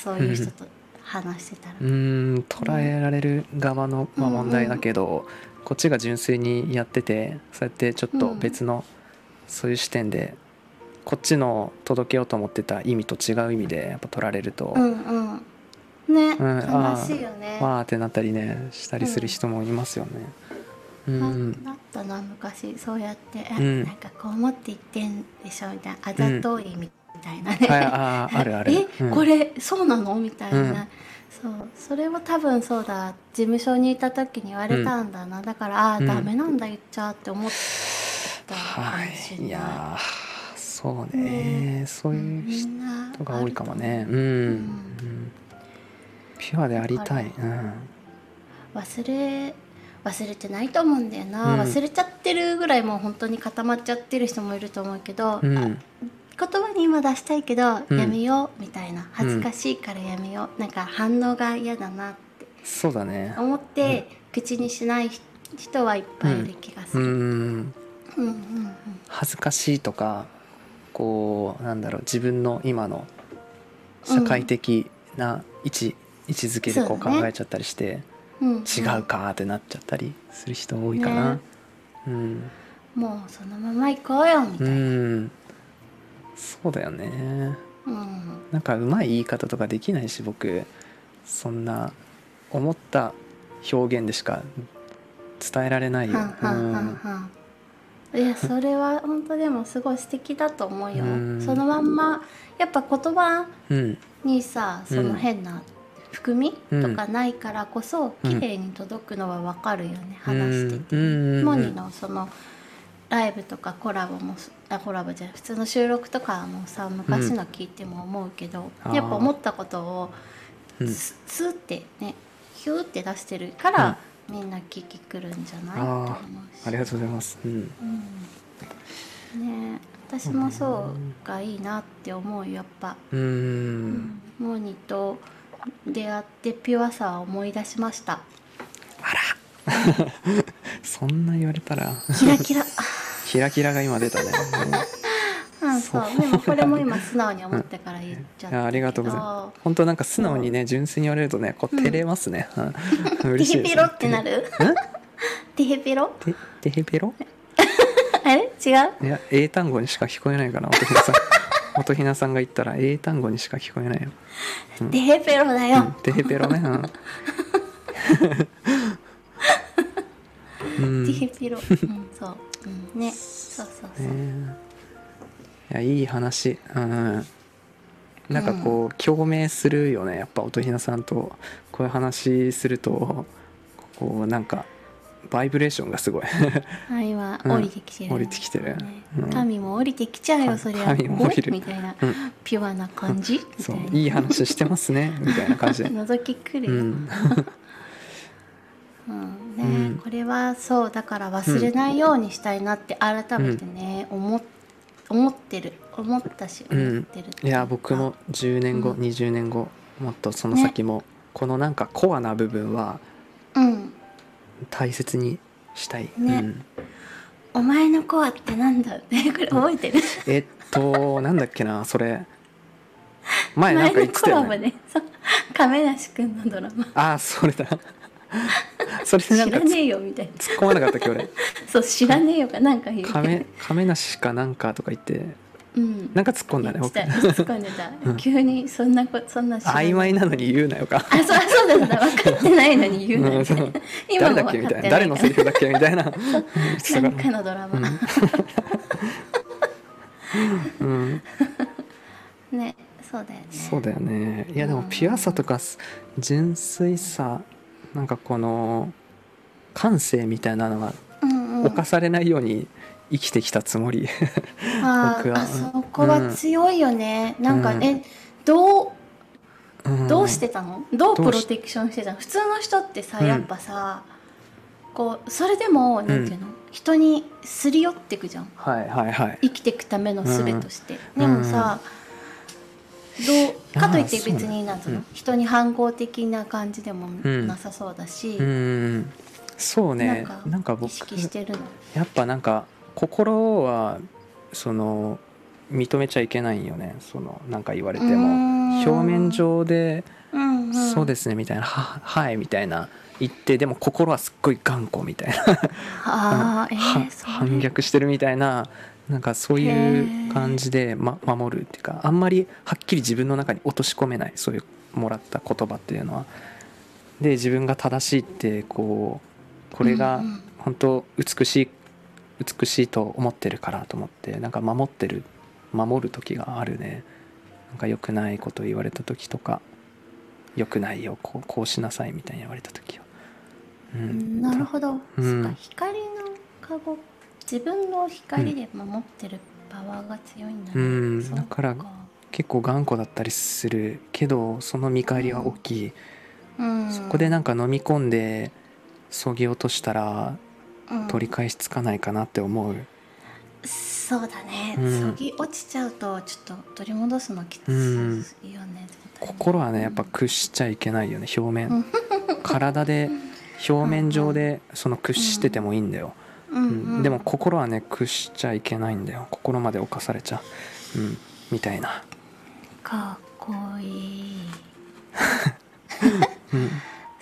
[SPEAKER 2] そういう人と話してたら、
[SPEAKER 1] うーん捉えられる側の、まあ、
[SPEAKER 2] うん
[SPEAKER 1] 問題だけど、こっちが純粋にやっててそうやってちょっと別の、そういう視点でこっちの届けようと思ってた意味と違う意味でやっぱ取られると、
[SPEAKER 2] う
[SPEAKER 1] わ
[SPEAKER 2] んうんね、
[SPEAKER 1] うんあー
[SPEAKER 2] 悲しいよね、
[SPEAKER 1] ーってなったりねしたりする人もいますよね。ううん
[SPEAKER 2] ああったな昔そうやって、え
[SPEAKER 1] うん
[SPEAKER 2] なんかこう思って言ってんでしょみたいなあざといみたいなね、
[SPEAKER 1] はいあーあるある
[SPEAKER 2] え、
[SPEAKER 1] うん
[SPEAKER 2] これそうなのみたいな、
[SPEAKER 1] うん
[SPEAKER 2] そうそれは多分そうだ事務所にいた時に言われたんだな、だからああ
[SPEAKER 1] うん
[SPEAKER 2] ダメなんだ言っちゃって思ったか
[SPEAKER 1] は
[SPEAKER 2] も
[SPEAKER 1] い
[SPEAKER 2] し
[SPEAKER 1] い
[SPEAKER 2] れな
[SPEAKER 1] やーそうねそう
[SPEAKER 2] い、
[SPEAKER 1] いう
[SPEAKER 2] み
[SPEAKER 1] 人
[SPEAKER 2] んな
[SPEAKER 1] が多いかもね
[SPEAKER 2] あ
[SPEAKER 1] うん、
[SPEAKER 2] ると思う
[SPEAKER 1] うんピュアでありたい、うん、
[SPEAKER 2] 忘れ忘れてないと思うんだよな、
[SPEAKER 1] うん
[SPEAKER 2] 忘れちゃってるぐらいもう本当に固まっちゃってる人もいると思うけど、
[SPEAKER 1] うん
[SPEAKER 2] あ言葉に今出したいけど、
[SPEAKER 1] うん
[SPEAKER 2] やめようみたいな恥ずかしいからやめよう、なんか反応が嫌だなって
[SPEAKER 1] そうだね
[SPEAKER 2] 思って、口にしない人人はいっぱいいる気がす
[SPEAKER 1] う
[SPEAKER 2] る。
[SPEAKER 1] ん
[SPEAKER 2] うんうんうん
[SPEAKER 1] 恥ずかしいとかこうなんだろう自分の今の社会的な位置、位置づけでこう
[SPEAKER 2] そう
[SPEAKER 1] 考
[SPEAKER 2] だね
[SPEAKER 1] えちゃったりして、
[SPEAKER 2] うんん
[SPEAKER 1] 違うかーってなっちゃったりする人多いかな、
[SPEAKER 2] ね
[SPEAKER 1] うん
[SPEAKER 2] もうそのまま行こうよみた
[SPEAKER 1] う
[SPEAKER 2] いな、
[SPEAKER 1] んそうだよね
[SPEAKER 2] うん
[SPEAKER 1] なんかうまい言い方とかできないし僕そんな思った表現でしか伝えられないよ
[SPEAKER 2] はんはんはんはんいやそれは本当でもすごい素敵だと思うよ
[SPEAKER 1] うん
[SPEAKER 2] そのまんまやっぱ言葉
[SPEAKER 1] うん、うん
[SPEAKER 2] にさその変な含みとかないからこそ
[SPEAKER 1] うん
[SPEAKER 2] 綺麗に届くのはわかるよね、
[SPEAKER 1] うん
[SPEAKER 2] 話してて、
[SPEAKER 1] うん
[SPEAKER 2] モニのそのライブとかコラボもあコラボじゃない普通の収録とかもさ昔の聞いても思うけど、
[SPEAKER 1] あー
[SPEAKER 2] やっぱ思ったことを
[SPEAKER 1] うん
[SPEAKER 2] ス,、スってねヒューって出してるから、みんな聞き来るんじゃないと思
[SPEAKER 1] あ
[SPEAKER 2] うし
[SPEAKER 1] あありがとうございます、うん、
[SPEAKER 2] うんねえ私もそうがいいなって思うよやっぱ。
[SPEAKER 1] うーん
[SPEAKER 2] モーニーと出会ってピュアさを思い出しました
[SPEAKER 1] そんな言われたら
[SPEAKER 2] キラキラ
[SPEAKER 1] キラキラが今出たね、
[SPEAKER 2] うんそうでもこれも今素直に思ったから言っちゃ
[SPEAKER 1] うん
[SPEAKER 2] ったけ
[SPEAKER 1] い
[SPEAKER 2] ど
[SPEAKER 1] やありがとうございうん本当なんか素直にね純粋に言われるとねこう照れますね、うん
[SPEAKER 2] テ
[SPEAKER 1] 嬉しい
[SPEAKER 2] ヘ
[SPEAKER 1] ですね
[SPEAKER 2] ペロってなる
[SPEAKER 1] ん
[SPEAKER 2] テヘペロ
[SPEAKER 1] ててへペロ
[SPEAKER 2] あれ違う
[SPEAKER 1] いや英単語にしか聞こえないかな音ひなさん音ひなさんが言ったら英単語にしか聞こえないよ
[SPEAKER 2] テヘペロだ
[SPEAKER 1] う
[SPEAKER 2] よ、
[SPEAKER 1] んてへペロねうんうん
[SPEAKER 2] テヘペロ、 うん、そう、うん、ねそうそうそう、
[SPEAKER 1] ねいやいい話うんなんかこう、共鳴するよねやっぱ音ひなさんとこういう話するとこうなんかバイブレーションが すごい
[SPEAKER 2] あ今
[SPEAKER 1] うん
[SPEAKER 2] 降りてきてる、
[SPEAKER 1] 降りてきてる
[SPEAKER 2] ね
[SPEAKER 1] うん
[SPEAKER 2] 神も降りてきちゃうよ
[SPEAKER 1] 神
[SPEAKER 2] そりゃ
[SPEAKER 1] 神も降りる
[SPEAKER 2] おみたいな、
[SPEAKER 1] うん
[SPEAKER 2] ピュアな感じみた
[SPEAKER 1] そう
[SPEAKER 2] いない
[SPEAKER 1] い話してますねみたいな感 じで、
[SPEAKER 2] 覗き来
[SPEAKER 1] う
[SPEAKER 2] る
[SPEAKER 1] ん、
[SPEAKER 2] よ、うんね
[SPEAKER 1] うん
[SPEAKER 2] これはそうだから忘れないようにしたいなって改めてね、思っ思ってる思ったし
[SPEAKER 1] うん
[SPEAKER 2] 思ってるってうか
[SPEAKER 1] いや僕も10年後、
[SPEAKER 2] うん
[SPEAKER 1] 20年後もっとその先も、このなんかコアな部分は
[SPEAKER 2] うん
[SPEAKER 1] 大切にしたい、
[SPEAKER 2] ね
[SPEAKER 1] うん、
[SPEAKER 2] 「お前のコアってなんだ?」ねこれ覚えてる
[SPEAKER 1] えっとなんだっけなそれ前なん
[SPEAKER 2] 前
[SPEAKER 1] か言
[SPEAKER 2] の
[SPEAKER 1] って
[SPEAKER 2] コ
[SPEAKER 1] た
[SPEAKER 2] ラ
[SPEAKER 1] よ
[SPEAKER 2] ボ
[SPEAKER 1] ね
[SPEAKER 2] でそう亀梨君のドラマ
[SPEAKER 1] ああそれだそれ
[SPEAKER 2] 「知
[SPEAKER 1] でなんから突
[SPEAKER 2] ね
[SPEAKER 1] っ
[SPEAKER 2] えよ」みたいな
[SPEAKER 1] 突っ込まなかったっけ俺
[SPEAKER 2] 「そう知らねえよ」かなんか言う
[SPEAKER 1] 亀亀梨かなんかとか言って
[SPEAKER 2] うん
[SPEAKER 1] なんか突っ込んだね
[SPEAKER 2] 言っ
[SPEAKER 1] 僕
[SPEAKER 2] てた突っ込んでた、 急にそんなこそんな知らない
[SPEAKER 1] 曖昧なのに言うなよか
[SPEAKER 2] あそうそう だった分かってないのに言うな
[SPEAKER 1] う
[SPEAKER 2] み
[SPEAKER 1] んそ
[SPEAKER 2] たいな
[SPEAKER 1] う
[SPEAKER 2] 今
[SPEAKER 1] 誰
[SPEAKER 2] も
[SPEAKER 1] だっ
[SPEAKER 2] 分
[SPEAKER 1] けみ
[SPEAKER 2] かってな
[SPEAKER 1] たい
[SPEAKER 2] い
[SPEAKER 1] な誰のセ
[SPEAKER 2] か
[SPEAKER 1] リフだっけみたいな言ってた
[SPEAKER 2] ら
[SPEAKER 1] か ら
[SPEAKER 2] なんかのドラマ、
[SPEAKER 1] うん
[SPEAKER 2] ねそうだよね
[SPEAKER 1] そうだよねいやで
[SPEAKER 2] う
[SPEAKER 1] も
[SPEAKER 2] ん
[SPEAKER 1] ピュアさとかす純粋さなんかこの感性みたいなのは
[SPEAKER 2] うんうん、
[SPEAKER 1] 侵されないように生きてきたつもり、
[SPEAKER 2] あー
[SPEAKER 1] 僕は
[SPEAKER 2] あそこは強いよね、なんかえどう
[SPEAKER 1] うん
[SPEAKER 2] どうしてたの、どう
[SPEAKER 1] どう
[SPEAKER 2] プ
[SPEAKER 1] し
[SPEAKER 2] ロテクションしてたの普通の人ってさ、
[SPEAKER 1] うん
[SPEAKER 2] やっぱさこうそれでもなんていうの、人にすり寄ってくじゃん
[SPEAKER 1] はいはいはい
[SPEAKER 2] 生きていくための術として、
[SPEAKER 1] うん
[SPEAKER 2] でもさ、どうかといって
[SPEAKER 1] あーそう
[SPEAKER 2] 別になんつうの、
[SPEAKER 1] うん
[SPEAKER 2] 人に反抗的な感じでも
[SPEAKER 1] ん
[SPEAKER 2] なさそうだし、
[SPEAKER 1] うんそうね
[SPEAKER 2] なんか
[SPEAKER 1] なんか僕
[SPEAKER 2] 意識してるの
[SPEAKER 1] やっぱなんか心はその認めちゃいけないんよねそのなんか言われて
[SPEAKER 2] うー
[SPEAKER 1] も
[SPEAKER 2] ん
[SPEAKER 1] 表面、上で
[SPEAKER 2] うんう
[SPEAKER 1] 「
[SPEAKER 2] ん、
[SPEAKER 1] そうですね」みたいな「ははい」みたいな言ってでも心はすっごい頑固みたいな
[SPEAKER 2] あーえ
[SPEAKER 1] は
[SPEAKER 2] ー、それ
[SPEAKER 1] 反逆してるみたいななんかそういう感じで、ま、守るっていうかあんまりはっきり自分の中に落とし込めないそういうもらった言葉っていうのは。で自分が正しいってこうこれが
[SPEAKER 2] うんうん
[SPEAKER 1] 本本当美しい美しいと思ってるからと思ってなんか守ってる守る時があるねなんか良くないこと言われた時とか良くないよこうこうしなさいみたいに言われた時は、う
[SPEAKER 2] うん
[SPEAKER 1] ん、
[SPEAKER 2] なるほど、
[SPEAKER 1] うん
[SPEAKER 2] そっか光の籠自分の光で守ってるパワーが強いんだね、
[SPEAKER 1] うん
[SPEAKER 2] そう
[SPEAKER 1] だから結構頑固だったりするけどその見返りは大きい、
[SPEAKER 2] うん、
[SPEAKER 1] そこでなんか飲み込んでそぎ落としたら
[SPEAKER 2] うん
[SPEAKER 1] 取り返しつかないかなって思う、
[SPEAKER 2] そうだね、
[SPEAKER 1] うん
[SPEAKER 2] そぎ落ちちゃうとちょっと取り戻すのきついよね、絶対ね
[SPEAKER 1] 心はねやっぱ屈しちゃいけないよね表面体で表面上でその屈しててもいいんだよ、
[SPEAKER 2] うん
[SPEAKER 1] う
[SPEAKER 2] うん
[SPEAKER 1] んでも心はね屈しちゃいけないんだよ心まで侵されちゃう、うん、みたいな、
[SPEAKER 2] かっこいい
[SPEAKER 1] うん、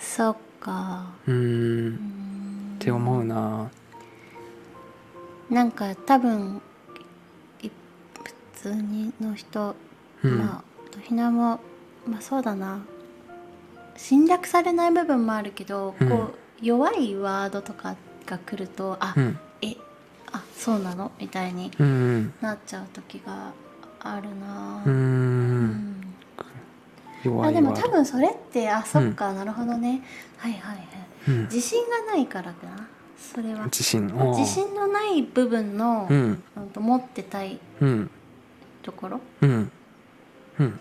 [SPEAKER 2] そっか
[SPEAKER 1] う
[SPEAKER 2] うんん
[SPEAKER 1] って思うな
[SPEAKER 2] なんか多分い普通にの人、
[SPEAKER 1] うん、
[SPEAKER 2] まあドヒナもまあそうだな侵略されない部分もあるけど、
[SPEAKER 1] うん
[SPEAKER 2] こう弱いワードとかが来るとあ、
[SPEAKER 1] うん
[SPEAKER 2] えあそうなのみたいに
[SPEAKER 1] うん
[SPEAKER 2] なっちゃう時があるな
[SPEAKER 1] うんう
[SPEAKER 2] ぁうんん
[SPEAKER 1] 弱
[SPEAKER 2] あ
[SPEAKER 1] い
[SPEAKER 2] でも
[SPEAKER 1] ワー
[SPEAKER 2] 多
[SPEAKER 1] ド
[SPEAKER 2] 分それってあそっか、なるほどねはいはいはい
[SPEAKER 1] うん
[SPEAKER 2] 自信がないからだなそれは
[SPEAKER 1] 自信を
[SPEAKER 2] 自信のない部分の、
[SPEAKER 1] うん
[SPEAKER 2] うんと持ってたい
[SPEAKER 1] うん
[SPEAKER 2] ところ
[SPEAKER 1] うんうん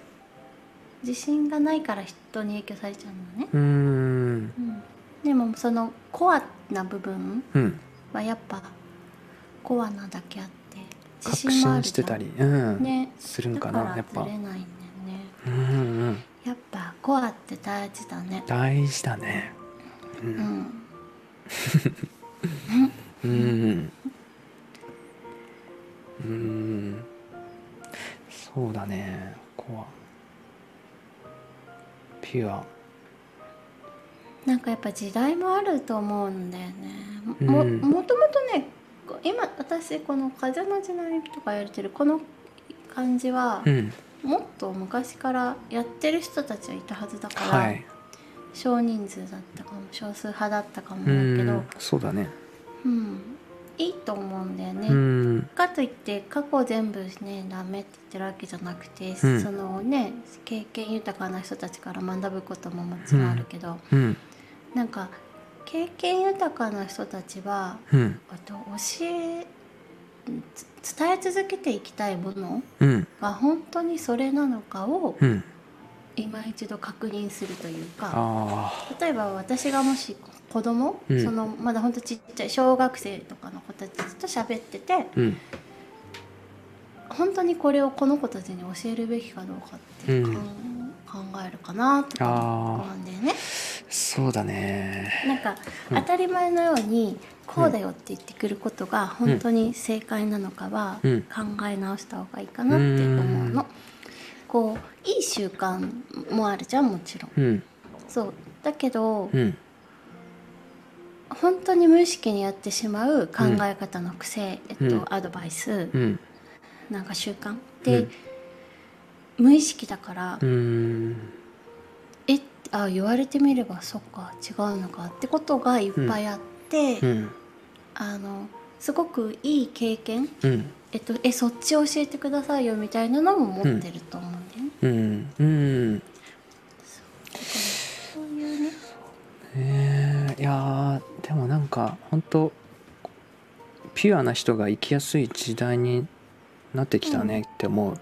[SPEAKER 2] 自信がないから人に影響されちゃうのね、
[SPEAKER 1] うん
[SPEAKER 2] うん、でもそのコアな部分
[SPEAKER 1] うん
[SPEAKER 2] はやっぱコアなだけあって自
[SPEAKER 1] 確
[SPEAKER 2] 信もある
[SPEAKER 1] 信し
[SPEAKER 2] じ
[SPEAKER 1] て
[SPEAKER 2] ゃん
[SPEAKER 1] たり、うん
[SPEAKER 2] ね
[SPEAKER 1] するの
[SPEAKER 2] だ
[SPEAKER 1] か
[SPEAKER 2] か
[SPEAKER 1] な
[SPEAKER 2] ら
[SPEAKER 1] やっぱ
[SPEAKER 2] ずれないんだよね
[SPEAKER 1] うんうん
[SPEAKER 2] やっぱコアって大事だね
[SPEAKER 1] 大事だねう
[SPEAKER 2] うんん
[SPEAKER 1] うんうんそうだねここはピュア
[SPEAKER 2] なんかやっぱ時代もあると思うんだよね
[SPEAKER 1] うん
[SPEAKER 2] も,、もともとねこ今私この「風の時代」とかやれてるこの感じは、
[SPEAKER 1] うん
[SPEAKER 2] もっと昔からやってる人たちはいたはずだから、
[SPEAKER 1] はい
[SPEAKER 2] 少人数だったかも少数派だったかもだ
[SPEAKER 1] う
[SPEAKER 2] けど
[SPEAKER 1] ん、そうだね
[SPEAKER 2] うんいいと思うんだよね。
[SPEAKER 1] うん
[SPEAKER 2] かといって過去全部ねダメって言ってるわけじゃなくて、
[SPEAKER 1] うん
[SPEAKER 2] そのね経験豊かな人たちから学ぶことももちろんあるけど、
[SPEAKER 1] うん
[SPEAKER 2] なんか経験豊かな人たちは
[SPEAKER 1] うん
[SPEAKER 2] えっと教えつ伝え続けていきたいもの
[SPEAKER 1] うん
[SPEAKER 2] が本当にそれなのかを
[SPEAKER 1] うん
[SPEAKER 2] 今一度確認するというか
[SPEAKER 1] あ
[SPEAKER 2] 例えば私がもし子供、
[SPEAKER 1] うん
[SPEAKER 2] そのまだほんとちっちゃい小学生とかの子たちと喋ってて
[SPEAKER 1] ーうん
[SPEAKER 2] 本当にこれをこの子たちに教えるべきかどうかってかん、
[SPEAKER 1] う
[SPEAKER 2] 考えるかなとか思うんだよね。
[SPEAKER 1] そうだね
[SPEAKER 2] なんか
[SPEAKER 1] うん
[SPEAKER 2] 当たり前のようにこうだよって言ってくることが本当に正解なのかは
[SPEAKER 1] うん
[SPEAKER 2] 考え直した方がいいかなって思う
[SPEAKER 1] うん
[SPEAKER 2] の。こういい習慣もあるじゃんもちろん。
[SPEAKER 1] うん
[SPEAKER 2] そうだけど
[SPEAKER 1] うん
[SPEAKER 2] 本当に無意識にやってしまう考え方の癖、えっ
[SPEAKER 1] うん
[SPEAKER 2] と、アドバイス
[SPEAKER 1] うん
[SPEAKER 2] なんか習慣っ
[SPEAKER 1] う
[SPEAKER 2] て
[SPEAKER 1] ん
[SPEAKER 2] 無意識だから、
[SPEAKER 1] うん
[SPEAKER 2] えあ言われてみればそっか違うのかってことがいっぱいあって、
[SPEAKER 1] うん
[SPEAKER 2] あのすごくいい経験、
[SPEAKER 1] うん
[SPEAKER 2] えっと、えそっち教えてくださいよみたいなのも持ってると思うんだよね。
[SPEAKER 1] うんうん
[SPEAKER 2] そういうね
[SPEAKER 1] えーいやーでもなんか本当ピュアな人が生きやすい時代になってきたねって思う、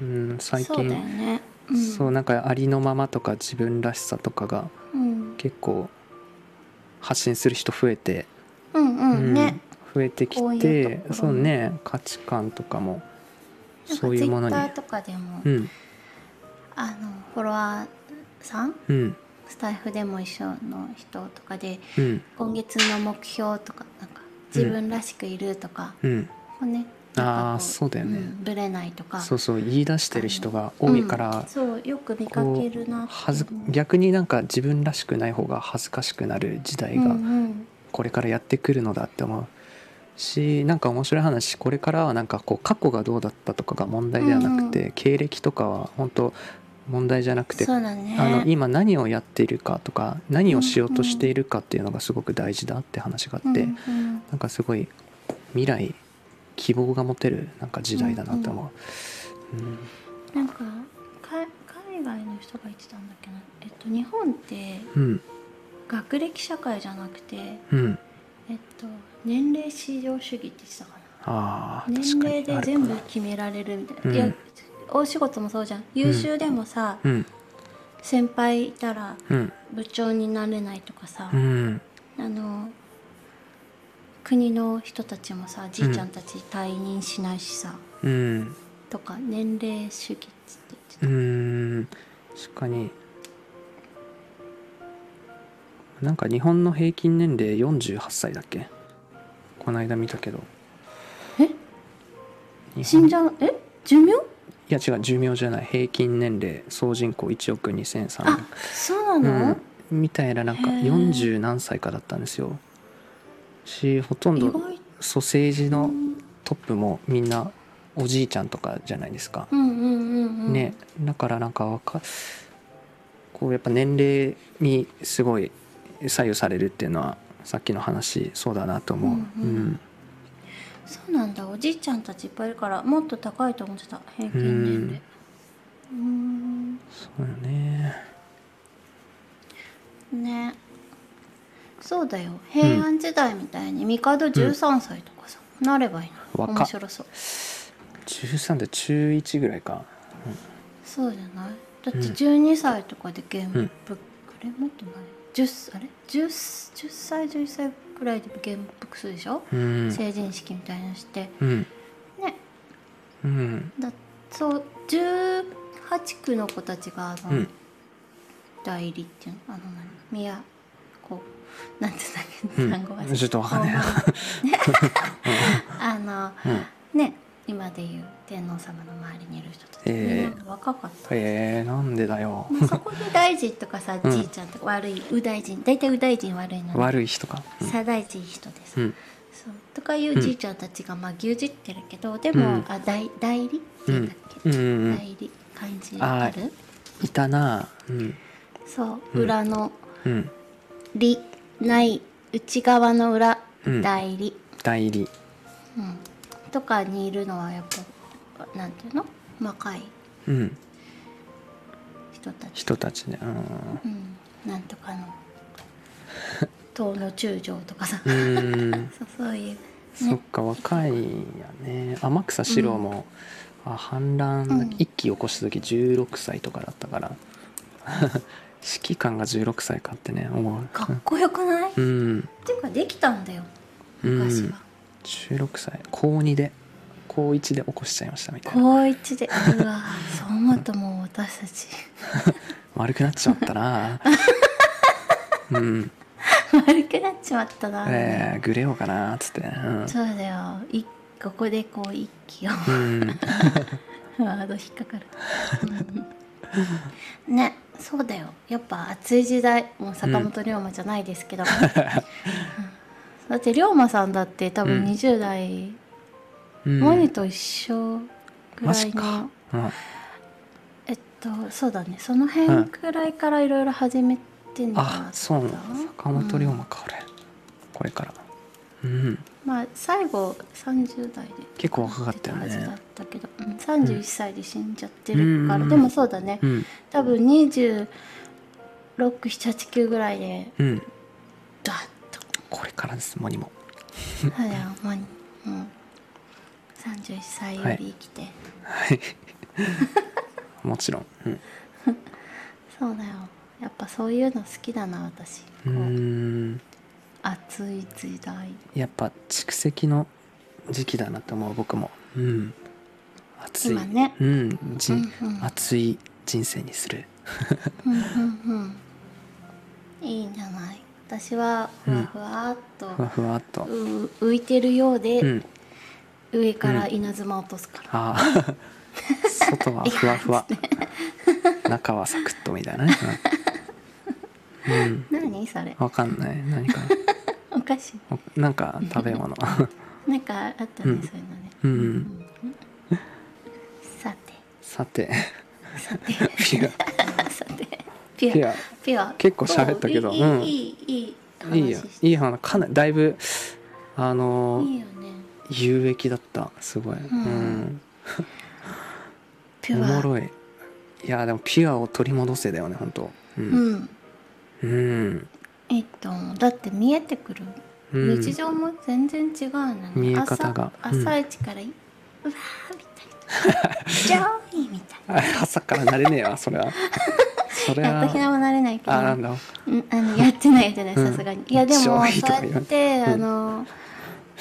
[SPEAKER 1] うん最近
[SPEAKER 2] そうだよね。うん、
[SPEAKER 1] そうなんかありのままとか自分らしさとかが
[SPEAKER 2] うん、
[SPEAKER 1] 結構発信する人増えて、
[SPEAKER 2] うんうん
[SPEAKER 1] うん
[SPEAKER 2] ね。
[SPEAKER 1] 増えてき
[SPEAKER 2] こうい
[SPEAKER 1] て
[SPEAKER 2] うところも
[SPEAKER 1] そうね価値観とかも
[SPEAKER 2] なん
[SPEAKER 1] そ
[SPEAKER 2] か
[SPEAKER 1] うい
[SPEAKER 2] ツイ
[SPEAKER 1] うもの
[SPEAKER 2] ッ
[SPEAKER 1] に
[SPEAKER 2] ターとかでも、
[SPEAKER 1] うん
[SPEAKER 2] あのフォロワーさん
[SPEAKER 1] うん
[SPEAKER 2] スタイフでも一緒の人とかで
[SPEAKER 1] うん
[SPEAKER 2] 今月の目標とかなんか自分らしくいるとか、
[SPEAKER 1] うん
[SPEAKER 2] こうね
[SPEAKER 1] ああ
[SPEAKER 2] う
[SPEAKER 1] そうだよね、
[SPEAKER 2] んぶれないとか
[SPEAKER 1] そうそう言い出してる人が
[SPEAKER 2] うん
[SPEAKER 1] 多いから、
[SPEAKER 2] そうよく見か
[SPEAKER 1] こ
[SPEAKER 2] ける
[SPEAKER 1] う
[SPEAKER 2] な
[SPEAKER 1] はず
[SPEAKER 2] って思う
[SPEAKER 1] 逆になんか自分らしくない方が恥ずかしくなる時代
[SPEAKER 2] うんう
[SPEAKER 1] が
[SPEAKER 2] ん
[SPEAKER 1] これからやってくるのだって思うしなんか面白い話これからはなんかこう過去がどうだったとかが問題ではなくて、経歴とかは本当問題じゃなくて、
[SPEAKER 2] そうだね
[SPEAKER 1] あの今何をやっているかとか何をしようとしているかっていうのがすごく大事だって話があって、
[SPEAKER 2] うんうん
[SPEAKER 1] なんかすごい未来希望が持てるなんか時代だなって思う。うん
[SPEAKER 2] なんかか海外の人が言ってたんだっけなえっと日本って
[SPEAKER 1] うん
[SPEAKER 2] 学歴社会じゃなくて
[SPEAKER 1] うん、
[SPEAKER 2] えっと年齢至上主義って言ってたかな
[SPEAKER 1] あー
[SPEAKER 2] 年
[SPEAKER 1] 確かに
[SPEAKER 2] 齢で
[SPEAKER 1] あるかな
[SPEAKER 2] 全部決められるみたいな、
[SPEAKER 1] うん
[SPEAKER 2] いやお仕事もそうじゃん優秀でもさ、
[SPEAKER 1] うん
[SPEAKER 2] 先輩いたら
[SPEAKER 1] うん
[SPEAKER 2] 部長になれないとかさ、
[SPEAKER 1] うん
[SPEAKER 2] あの国の人たちもさじいちゃんたち退任しないしさ、
[SPEAKER 1] うん
[SPEAKER 2] とか年齢主義っつって言って
[SPEAKER 1] う
[SPEAKER 2] た、
[SPEAKER 1] ーん確かになんか日本の平均年齢48歳だっけこの間見たけど
[SPEAKER 2] え
[SPEAKER 1] 日
[SPEAKER 2] 死ん
[SPEAKER 1] 本
[SPEAKER 2] じゃうえ寿命
[SPEAKER 1] いや違う寿命じゃない平均年齢総人口1億2300
[SPEAKER 2] あそう
[SPEAKER 1] う
[SPEAKER 2] なの、
[SPEAKER 1] ん、みたいななんか
[SPEAKER 2] へー
[SPEAKER 1] 40何歳かだったんですよしほとん
[SPEAKER 2] 意
[SPEAKER 1] ど
[SPEAKER 2] 外
[SPEAKER 1] ソセージ
[SPEAKER 2] う
[SPEAKER 1] の
[SPEAKER 2] ん
[SPEAKER 1] トップもみんなおじいちゃんとかじゃないですか
[SPEAKER 2] うんうんうんうん
[SPEAKER 1] ね、だからなんかわかこうやっぱ年齢にすごい左右されるっていうのはさっきの話そうだなと思う、
[SPEAKER 2] う
[SPEAKER 1] うん
[SPEAKER 2] うん
[SPEAKER 1] ん
[SPEAKER 2] そうなんだおじいちゃんたちいっぱいいるからもっと高いと思ってた平均年齢うーん
[SPEAKER 1] そうよね
[SPEAKER 2] ねそうだよ平安時代みたいに帝13歳とかさ、なればいいな
[SPEAKER 1] 若っ
[SPEAKER 2] 面白そう
[SPEAKER 1] 13で中1ぐらいか
[SPEAKER 2] そうじゃないだって
[SPEAKER 1] うん
[SPEAKER 2] 12歳とかでゲーム
[SPEAKER 1] うん
[SPEAKER 2] ブック、あれもっとない10あれ 10, 10歳11歳くらいでゲームブックするでしょ、
[SPEAKER 1] うん
[SPEAKER 2] 成人式みたいなのして
[SPEAKER 1] うん
[SPEAKER 2] ね
[SPEAKER 1] うん
[SPEAKER 2] だそう18区の子たちがあの、
[SPEAKER 1] うん
[SPEAKER 2] 代理っていうのあの何宮こうなんて
[SPEAKER 1] う
[SPEAKER 2] 言う
[SPEAKER 1] ん
[SPEAKER 2] んだっけ単語が
[SPEAKER 1] ちょっとわかんない
[SPEAKER 2] あの
[SPEAKER 1] うん
[SPEAKER 2] ね今でいう天皇様の周りにいる人たち、
[SPEAKER 1] ええ
[SPEAKER 2] みんな若かった、
[SPEAKER 1] えー、なんでだよ
[SPEAKER 2] まあそこで大臣とかさ、
[SPEAKER 1] うん
[SPEAKER 2] じいちゃんとか悪い右大臣大体右大臣悪いのに
[SPEAKER 1] 悪い人か
[SPEAKER 2] 左大臣いい人でさ、
[SPEAKER 1] うん
[SPEAKER 2] そうとかいうじいちゃんたちがまあ牛耳ってるけどで
[SPEAKER 1] う
[SPEAKER 2] も、
[SPEAKER 1] ん
[SPEAKER 2] あ代代理っていうんだっけ、
[SPEAKER 1] うんうんうんうん
[SPEAKER 2] 代理感じ
[SPEAKER 1] あー
[SPEAKER 2] ある
[SPEAKER 1] いたなうん
[SPEAKER 2] そうう、
[SPEAKER 1] ん
[SPEAKER 2] 裏の
[SPEAKER 1] うん
[SPEAKER 2] 利ない内側の裏、
[SPEAKER 1] うん
[SPEAKER 2] 代理、
[SPEAKER 1] 代理
[SPEAKER 2] うん、とかにいるのはやっぱなんていうの若い
[SPEAKER 1] うん
[SPEAKER 2] 人たち、
[SPEAKER 1] 人たちねうん
[SPEAKER 2] うん、なん とかの党の中将とかさ、
[SPEAKER 1] うーん
[SPEAKER 2] そうそういう
[SPEAKER 1] そっか若いやね天草四郎も、あ反乱、
[SPEAKER 2] うん
[SPEAKER 1] 一気起こした時16歳とかだったから 指揮官が16歳かってね思う
[SPEAKER 2] かっこよくない、っ
[SPEAKER 1] うん
[SPEAKER 2] ていうかできたんだよ
[SPEAKER 1] うん
[SPEAKER 2] 昔は、
[SPEAKER 1] 16歳高2で高1で起こしちゃいましたみたいな
[SPEAKER 2] 高一でうわそう思うともう私たち
[SPEAKER 1] 悪くなっちまったなうん
[SPEAKER 2] 悪くなっちまったな、
[SPEAKER 1] えー、グレようかなっつってうん
[SPEAKER 2] そうだよいここでこう一気を
[SPEAKER 1] うん
[SPEAKER 2] ワード引っかかるうんねそうだよやっぱ暑い時代もう坂本龍馬じゃないですけど、うんだって龍馬さんだって多
[SPEAKER 1] うん
[SPEAKER 2] 分20代、
[SPEAKER 1] うん
[SPEAKER 2] モニと一緒ぐ
[SPEAKER 1] マ
[SPEAKER 2] ら
[SPEAKER 1] ジ
[SPEAKER 2] いの
[SPEAKER 1] か、うん、
[SPEAKER 2] えっとそうだねそ
[SPEAKER 1] う
[SPEAKER 2] の
[SPEAKER 1] ん
[SPEAKER 2] 辺くらいからいろいろ始めてんだ
[SPEAKER 1] あそうなの坂本龍
[SPEAKER 2] うん
[SPEAKER 1] 馬か俺、これからうん
[SPEAKER 2] まあ最後30代で
[SPEAKER 1] 結構若かったよね
[SPEAKER 2] 出はずだったけど、うん、31歳で死んじゃってるから、
[SPEAKER 1] うん
[SPEAKER 2] でもそうだね、
[SPEAKER 1] うん
[SPEAKER 2] 多分26789ぐらいで
[SPEAKER 1] うん
[SPEAKER 2] ダッと
[SPEAKER 1] これからですモニも
[SPEAKER 2] そうだよもう、うん、31歳より生きて、
[SPEAKER 1] はいもちろんうん
[SPEAKER 2] そうだよやっぱそういうの好きだな私こ
[SPEAKER 1] う
[SPEAKER 2] う
[SPEAKER 1] ーん
[SPEAKER 2] 暑い時代
[SPEAKER 1] やっぱ蓄積の時期だなと思う僕もうん暑い
[SPEAKER 2] 今ね
[SPEAKER 1] うんじん
[SPEAKER 2] うんうん
[SPEAKER 1] 暑い人生にする
[SPEAKER 2] うんうんうんいいんじゃない私はふわふわっと、
[SPEAKER 1] ふわふわっと
[SPEAKER 2] う浮いてるようで、
[SPEAKER 1] うん
[SPEAKER 2] 上から稲妻落とすから、
[SPEAKER 1] ああ 外はふわふわ中はサクッとみたいなねうん、うん
[SPEAKER 2] 何それ
[SPEAKER 1] わかんない何か
[SPEAKER 2] おかしい
[SPEAKER 1] おなんか食べ 物
[SPEAKER 2] なんかあったね、
[SPEAKER 1] うん
[SPEAKER 2] そういうのね、
[SPEAKER 1] うん
[SPEAKER 2] さて
[SPEAKER 1] さて
[SPEAKER 2] さて
[SPEAKER 1] ピア
[SPEAKER 2] さてピア
[SPEAKER 1] ピア
[SPEAKER 2] ピア
[SPEAKER 1] 結構喋ったけど
[SPEAKER 2] おいい
[SPEAKER 1] うん
[SPEAKER 2] いいいい
[SPEAKER 1] いい
[SPEAKER 2] いい
[SPEAKER 1] や
[SPEAKER 2] 話して
[SPEAKER 1] いい話かなりだいぶあの
[SPEAKER 2] いいよね
[SPEAKER 1] 有益だったすごい、うん
[SPEAKER 2] ピ
[SPEAKER 1] お
[SPEAKER 2] ュア
[SPEAKER 1] もろいいやでもピュアを取り戻せだよね本当うん、う
[SPEAKER 2] うん
[SPEAKER 1] ん
[SPEAKER 2] いいと思うだって見えてくる、
[SPEAKER 1] うん、
[SPEAKER 2] 日常も全然違うのね
[SPEAKER 1] 見え方が
[SPEAKER 2] 朝,、
[SPEAKER 1] うん
[SPEAKER 2] 朝一からい、うわーみたいな ジョーイみ たい
[SPEAKER 1] あ朝から慣れねえわそ れはそれ
[SPEAKER 2] なや
[SPEAKER 1] は
[SPEAKER 2] っとひなもなれないけど
[SPEAKER 1] あなんだ
[SPEAKER 2] うんあのやってないじゃない
[SPEAKER 1] うん
[SPEAKER 2] さすがにいやでも
[SPEAKER 1] ジ
[SPEAKER 2] そ
[SPEAKER 1] ョ
[SPEAKER 2] う
[SPEAKER 1] ーイとか言わ
[SPEAKER 2] や
[SPEAKER 1] ん
[SPEAKER 2] って、
[SPEAKER 1] うん
[SPEAKER 2] あの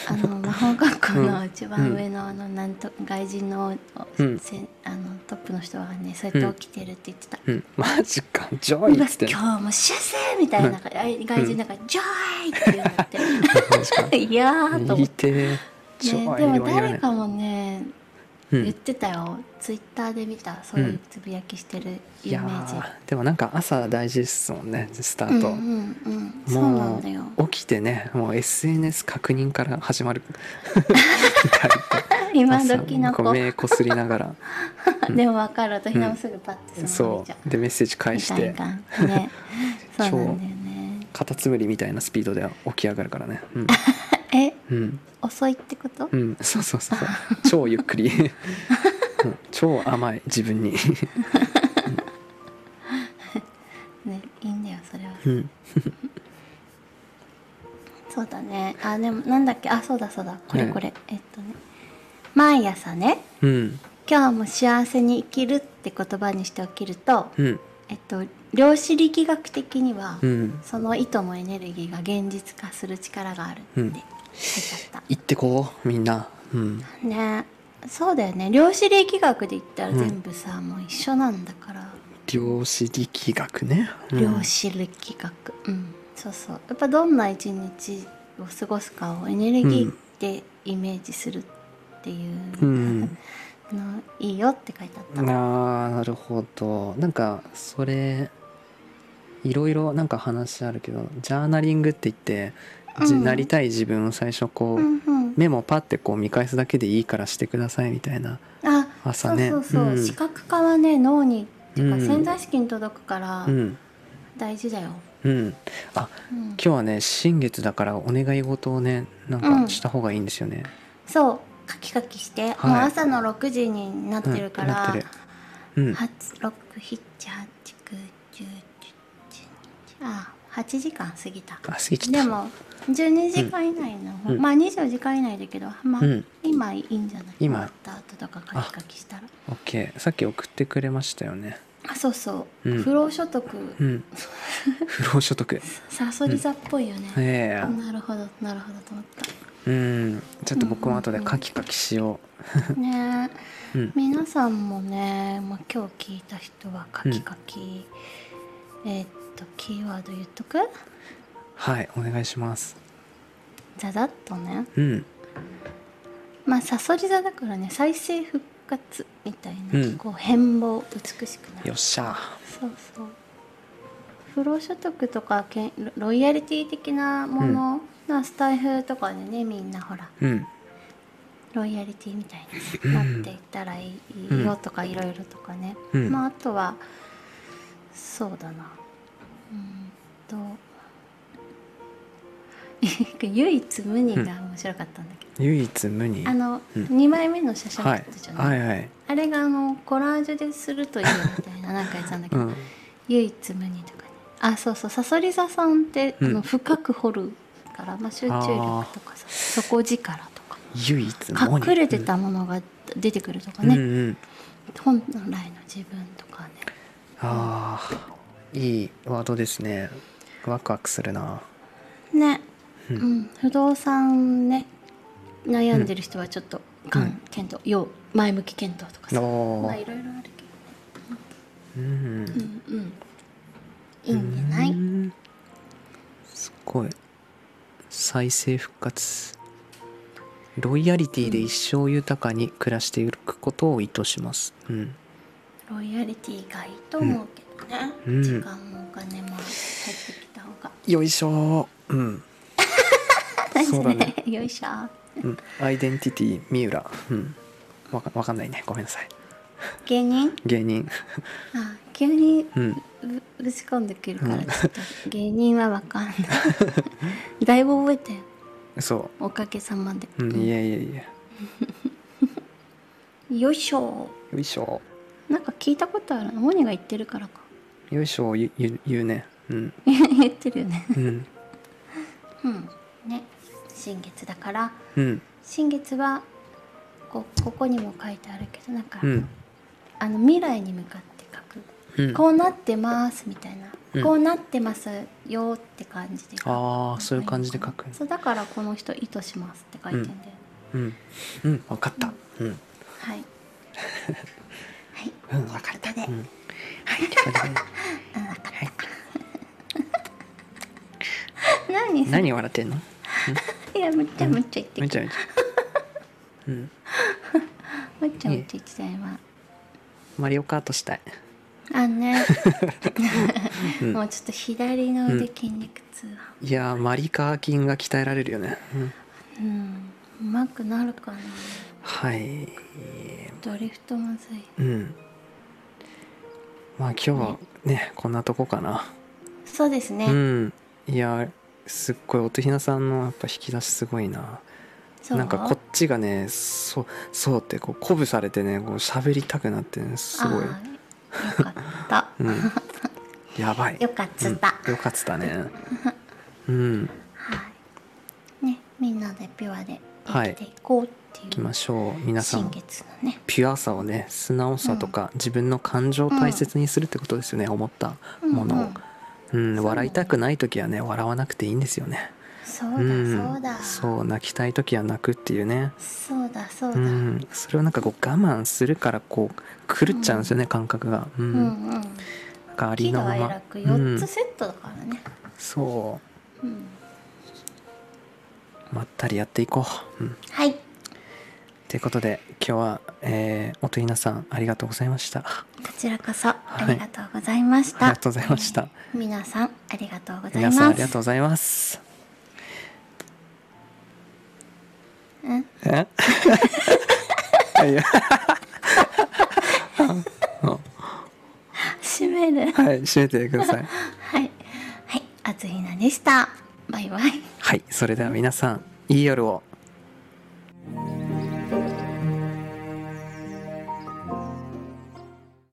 [SPEAKER 2] あの魔法学校
[SPEAKER 1] う
[SPEAKER 2] の一番上のあのなんと外人の、
[SPEAKER 1] うん
[SPEAKER 2] せんあのトップの人がねそうやって起きてるって言ってた「
[SPEAKER 1] うんマジかジョ
[SPEAKER 2] う
[SPEAKER 1] イ
[SPEAKER 2] わ
[SPEAKER 1] って
[SPEAKER 2] 今日も出世!」みたいなあい外人なんか「ジョーイ!」って言わ
[SPEAKER 1] マジか
[SPEAKER 2] れて いやーと
[SPEAKER 1] 言
[SPEAKER 2] 思っ
[SPEAKER 1] いて
[SPEAKER 2] て。
[SPEAKER 1] えジ
[SPEAKER 2] ね、
[SPEAKER 1] ョ
[SPEAKER 2] で
[SPEAKER 1] イ
[SPEAKER 2] も
[SPEAKER 1] は言わ
[SPEAKER 2] 誰
[SPEAKER 1] ね
[SPEAKER 2] かもね、
[SPEAKER 1] う
[SPEAKER 2] 言っ
[SPEAKER 1] ん
[SPEAKER 2] てたよツイッターで見たそういうつぶやきしてるイ
[SPEAKER 1] い
[SPEAKER 2] メ
[SPEAKER 1] や
[SPEAKER 2] ージ、
[SPEAKER 1] ーでもなんか朝大事ですもんねスタ
[SPEAKER 2] う
[SPEAKER 1] ー
[SPEAKER 2] んう
[SPEAKER 1] ト、
[SPEAKER 2] んうん、そうな
[SPEAKER 1] も
[SPEAKER 2] んだよ
[SPEAKER 1] う起きてねもう SNS 確認から始まる
[SPEAKER 2] 今時の
[SPEAKER 1] 朝
[SPEAKER 2] 子
[SPEAKER 1] 目こすりなが ら
[SPEAKER 2] でも分かる私もすぐパッてスマホ
[SPEAKER 1] そ
[SPEAKER 2] 見ちゃう
[SPEAKER 1] うでメッセージ返
[SPEAKER 2] み
[SPEAKER 1] した
[SPEAKER 2] い
[SPEAKER 1] て
[SPEAKER 2] なね そうなんだよね
[SPEAKER 1] カタツムリみたいなスピードで起き上がるからねうん
[SPEAKER 2] え
[SPEAKER 1] うん、
[SPEAKER 2] 遅いってこと
[SPEAKER 1] うん、そうそうそうそう超ゆっ くり、うん超甘い自分に、
[SPEAKER 2] ねいいんだよそれは
[SPEAKER 1] うん、
[SPEAKER 2] そうだねあでもなんだっけあそうだそうだこれこれ、えっとね毎朝ね
[SPEAKER 1] うん
[SPEAKER 2] 今日も幸せに生きるって言葉にして起きると、
[SPEAKER 1] うん
[SPEAKER 2] えっと量子力学的には、
[SPEAKER 1] うん
[SPEAKER 2] その意図のエネルギーが現実化する力があるって
[SPEAKER 1] う
[SPEAKER 2] 書い
[SPEAKER 1] ん
[SPEAKER 2] てあった、
[SPEAKER 1] 行ってこうみんなうん
[SPEAKER 2] ねそうだよね量子力学で言ったら全部さ、もう一緒なんだから
[SPEAKER 1] 量子力学ね、うん
[SPEAKER 2] 量子力学うん、そうそうやっぱどんな一日を過ごすかをエネルギーでイメージするってい
[SPEAKER 1] う
[SPEAKER 2] う、
[SPEAKER 1] ん
[SPEAKER 2] のいいよって書いてあった、
[SPEAKER 1] あーなるほどなんかそれいろいろなんか話あるけどジャーナリングって言って、じ
[SPEAKER 2] うん
[SPEAKER 1] なりたい自分を最初こう、
[SPEAKER 2] うんうん、
[SPEAKER 1] メモパってこう見返すだけでいいからしてくださいみたいな
[SPEAKER 2] あそ
[SPEAKER 1] 朝
[SPEAKER 2] う
[SPEAKER 1] ね
[SPEAKER 2] そうそう、
[SPEAKER 1] うん
[SPEAKER 2] 視覚化はね脳にっていう
[SPEAKER 1] う
[SPEAKER 2] か
[SPEAKER 1] ん
[SPEAKER 2] 潜在意識に届くから
[SPEAKER 1] うん
[SPEAKER 2] 大事だよ、
[SPEAKER 1] うんあ
[SPEAKER 2] うん
[SPEAKER 1] 今日はね新月だからお願い事をねなん
[SPEAKER 2] う
[SPEAKER 1] か
[SPEAKER 2] ん
[SPEAKER 1] した方がいいんですよね、
[SPEAKER 2] そうカキカキして、
[SPEAKER 1] はい
[SPEAKER 2] もう朝の6時になっ
[SPEAKER 1] うん
[SPEAKER 2] てるから、
[SPEAKER 1] なってるうん
[SPEAKER 2] 八六七八九十十一あ八時間過ぎた
[SPEAKER 1] あ過ぎちゃ
[SPEAKER 2] で
[SPEAKER 1] っ
[SPEAKER 2] も12時間以内の、
[SPEAKER 1] うん
[SPEAKER 2] まあ24時間以内だけど、まあ
[SPEAKER 1] うん
[SPEAKER 2] 今いいんじゃない
[SPEAKER 1] 今
[SPEAKER 2] 終わった後とかカキカキしたら
[SPEAKER 1] た OK さっき送ってくれましたよね
[SPEAKER 2] あそうそう、
[SPEAKER 1] うん
[SPEAKER 2] 不労所得
[SPEAKER 1] うん 不労所得
[SPEAKER 2] サソリ座っぽいよね、
[SPEAKER 1] ええ
[SPEAKER 2] なるほどなるほどと思っ
[SPEAKER 1] うんちょっと僕も後でカキカキしよ
[SPEAKER 2] たねえ
[SPEAKER 1] ううん
[SPEAKER 2] 皆さんもね、まあ、今日聞いた人はカキカキ、えーっとキーワード言っとく
[SPEAKER 1] はいお願いします
[SPEAKER 2] ざざっとね
[SPEAKER 1] うん
[SPEAKER 2] まあさそり座だからね再生復活みたいな、
[SPEAKER 1] うん
[SPEAKER 2] こう変貌美しくな
[SPEAKER 1] よ
[SPEAKER 2] る
[SPEAKER 1] っしゃ
[SPEAKER 2] そうそう不労所得とかけんロロイヤリティ的なもの、なスタイフとかでねみんなほら
[SPEAKER 1] うん
[SPEAKER 2] ロイヤリティみたいになっていったらいいいいよとかいろいろとかね、
[SPEAKER 1] うん
[SPEAKER 2] まああとはそうだなうーんと 唯一無二が面白かったんだけど、
[SPEAKER 1] 唯一無二
[SPEAKER 2] あの、
[SPEAKER 1] うん
[SPEAKER 2] 2枚目の写真撮
[SPEAKER 1] は
[SPEAKER 2] っ
[SPEAKER 1] い
[SPEAKER 2] たじゃない、
[SPEAKER 1] はいはい
[SPEAKER 2] あれがあのコラージュでするといいよみたいななんか言ってたんだけ
[SPEAKER 1] う
[SPEAKER 2] ど、
[SPEAKER 1] ん
[SPEAKER 2] 唯一無二とかねあそうそうさそり座さんって、あ
[SPEAKER 1] う
[SPEAKER 2] の
[SPEAKER 1] ん
[SPEAKER 2] 深く掘るから、まあ、集中力とかさ底力とか。
[SPEAKER 1] 唯一無二
[SPEAKER 2] 隠れてたものが出てくるとか
[SPEAKER 1] うん
[SPEAKER 2] ね、
[SPEAKER 1] うんうん
[SPEAKER 2] 本来の自分とかね
[SPEAKER 1] ああいいワードですねワクワクするな
[SPEAKER 2] ね、
[SPEAKER 1] う
[SPEAKER 2] うんん不動産ね悩んでる人はちょっと「
[SPEAKER 1] う
[SPEAKER 2] 勘
[SPEAKER 1] ん
[SPEAKER 2] 検討」要「前向き検討」とかさ
[SPEAKER 1] おー
[SPEAKER 2] まあいろいろあるけ
[SPEAKER 1] うん
[SPEAKER 2] どねうんうんいいんじゃな
[SPEAKER 1] う
[SPEAKER 2] い
[SPEAKER 1] んすごい再生復活ロイヤリティで一生豊かに暮らしていくことを意図しますうん
[SPEAKER 2] ロイヤリティがいいと思うけどね、
[SPEAKER 1] うん
[SPEAKER 2] 時間もお金も入ってきた方が
[SPEAKER 1] よいしょーうん そうだね、
[SPEAKER 2] よいしょ
[SPEAKER 1] うん、アイデンティティ三浦うんわかわかんないねごめんなさい
[SPEAKER 2] 芸人
[SPEAKER 1] 芸人
[SPEAKER 2] あ急に
[SPEAKER 1] うん
[SPEAKER 2] ぶぶち込んでくるから、
[SPEAKER 1] うん
[SPEAKER 2] ちょっと芸人は わかんないだいぶ覚えたよ
[SPEAKER 1] そ
[SPEAKER 2] おかげさまで、
[SPEAKER 1] う、うん、いえいえいえ
[SPEAKER 2] よいしょ
[SPEAKER 1] よいしょ
[SPEAKER 2] なんか聞いたことあるモニが言ってるから か
[SPEAKER 1] よいしょゆゆ言うねうん
[SPEAKER 2] 言ってるよね
[SPEAKER 1] うん
[SPEAKER 2] うんね新月だから
[SPEAKER 1] うん
[SPEAKER 2] 新月はこここにも書いてあるけどなんか、
[SPEAKER 1] うん
[SPEAKER 2] あの未来に向かって書く、
[SPEAKER 1] うん
[SPEAKER 2] こうなってますみたいな、
[SPEAKER 1] うん
[SPEAKER 2] こうなってますよって感じで書く
[SPEAKER 1] ああそういう感じで書く
[SPEAKER 2] そうだからこの人意図しますって書いてんだよね、
[SPEAKER 1] うんうん分かったうん
[SPEAKER 2] はい はい、
[SPEAKER 1] うん
[SPEAKER 2] 分かったで、
[SPEAKER 1] うん
[SPEAKER 2] 何それ
[SPEAKER 1] 何笑ってんの
[SPEAKER 2] いやむっちゃむっちゃ言って
[SPEAKER 1] め
[SPEAKER 2] き
[SPEAKER 1] ちゃ
[SPEAKER 2] た
[SPEAKER 1] めちゃうん
[SPEAKER 2] むっちゃむっちゃ言ってた今
[SPEAKER 1] マリオカートしたい
[SPEAKER 2] あんね
[SPEAKER 1] うん
[SPEAKER 2] もうちょっと左の腕筋肉痛はい
[SPEAKER 1] やーマリカー筋が鍛えられるよね、うん
[SPEAKER 2] うんうまくなるかな
[SPEAKER 1] はい
[SPEAKER 2] ドリフトむずい
[SPEAKER 1] うんまあ今日はねこんなとこかな
[SPEAKER 2] そうですね、
[SPEAKER 1] うんいやすっごい音ひなさんのやっぱ引き出しすごいな
[SPEAKER 2] そう
[SPEAKER 1] なんかこっちがねそうそうってこう鼓舞されてねこう喋りたくなってねすごい、
[SPEAKER 2] あーよかった
[SPEAKER 1] うん、やばい
[SPEAKER 2] よかった、は
[SPEAKER 1] うん、よかったねうん
[SPEAKER 2] いねみんなでピュアで
[SPEAKER 1] は
[SPEAKER 2] 生
[SPEAKER 1] い
[SPEAKER 2] きていこうって
[SPEAKER 1] 行
[SPEAKER 2] い
[SPEAKER 1] き
[SPEAKER 2] う、
[SPEAKER 1] ましょう皆さ
[SPEAKER 2] 新
[SPEAKER 1] ん
[SPEAKER 2] 月のね
[SPEAKER 1] ピュアさをね素直さとか、自分の感情を大切にするってことですよね、思ったものを、うん
[SPEAKER 2] そう
[SPEAKER 1] 笑いたくない時はね笑わなくていいんですよね
[SPEAKER 2] そうだ、
[SPEAKER 1] ん
[SPEAKER 2] そうだ
[SPEAKER 1] そう泣きたい時は泣くっていうね
[SPEAKER 2] そうだそうだ、
[SPEAKER 1] う
[SPEAKER 2] うん
[SPEAKER 1] ん、それをなんかこう我慢するからこう狂っちゃうんですよね、感覚が、う
[SPEAKER 2] うんん
[SPEAKER 1] なんかあり
[SPEAKER 2] 喜
[SPEAKER 1] の
[SPEAKER 2] 怒
[SPEAKER 1] ま
[SPEAKER 2] 哀
[SPEAKER 1] ま、
[SPEAKER 2] 楽
[SPEAKER 1] う
[SPEAKER 2] 4
[SPEAKER 1] ん
[SPEAKER 2] つ、セットだからね、
[SPEAKER 1] そ
[SPEAKER 2] うん、
[SPEAKER 1] うまったりやっていこう、うん、
[SPEAKER 2] はい
[SPEAKER 1] ということで今日は、えー、おとひなさんありがとうございましたあ
[SPEAKER 2] こちらこそありがとうございました、
[SPEAKER 1] りがとうございました
[SPEAKER 2] 皆さんありがとうござい
[SPEAKER 1] 皆
[SPEAKER 2] ます
[SPEAKER 1] さんありがとうございます
[SPEAKER 2] うん
[SPEAKER 1] えいや
[SPEAKER 2] 閉める
[SPEAKER 1] はい閉めてください
[SPEAKER 2] はいはいあつひなでしたバイバイ
[SPEAKER 1] はいそれでは皆さんいい夜を
[SPEAKER 3] 「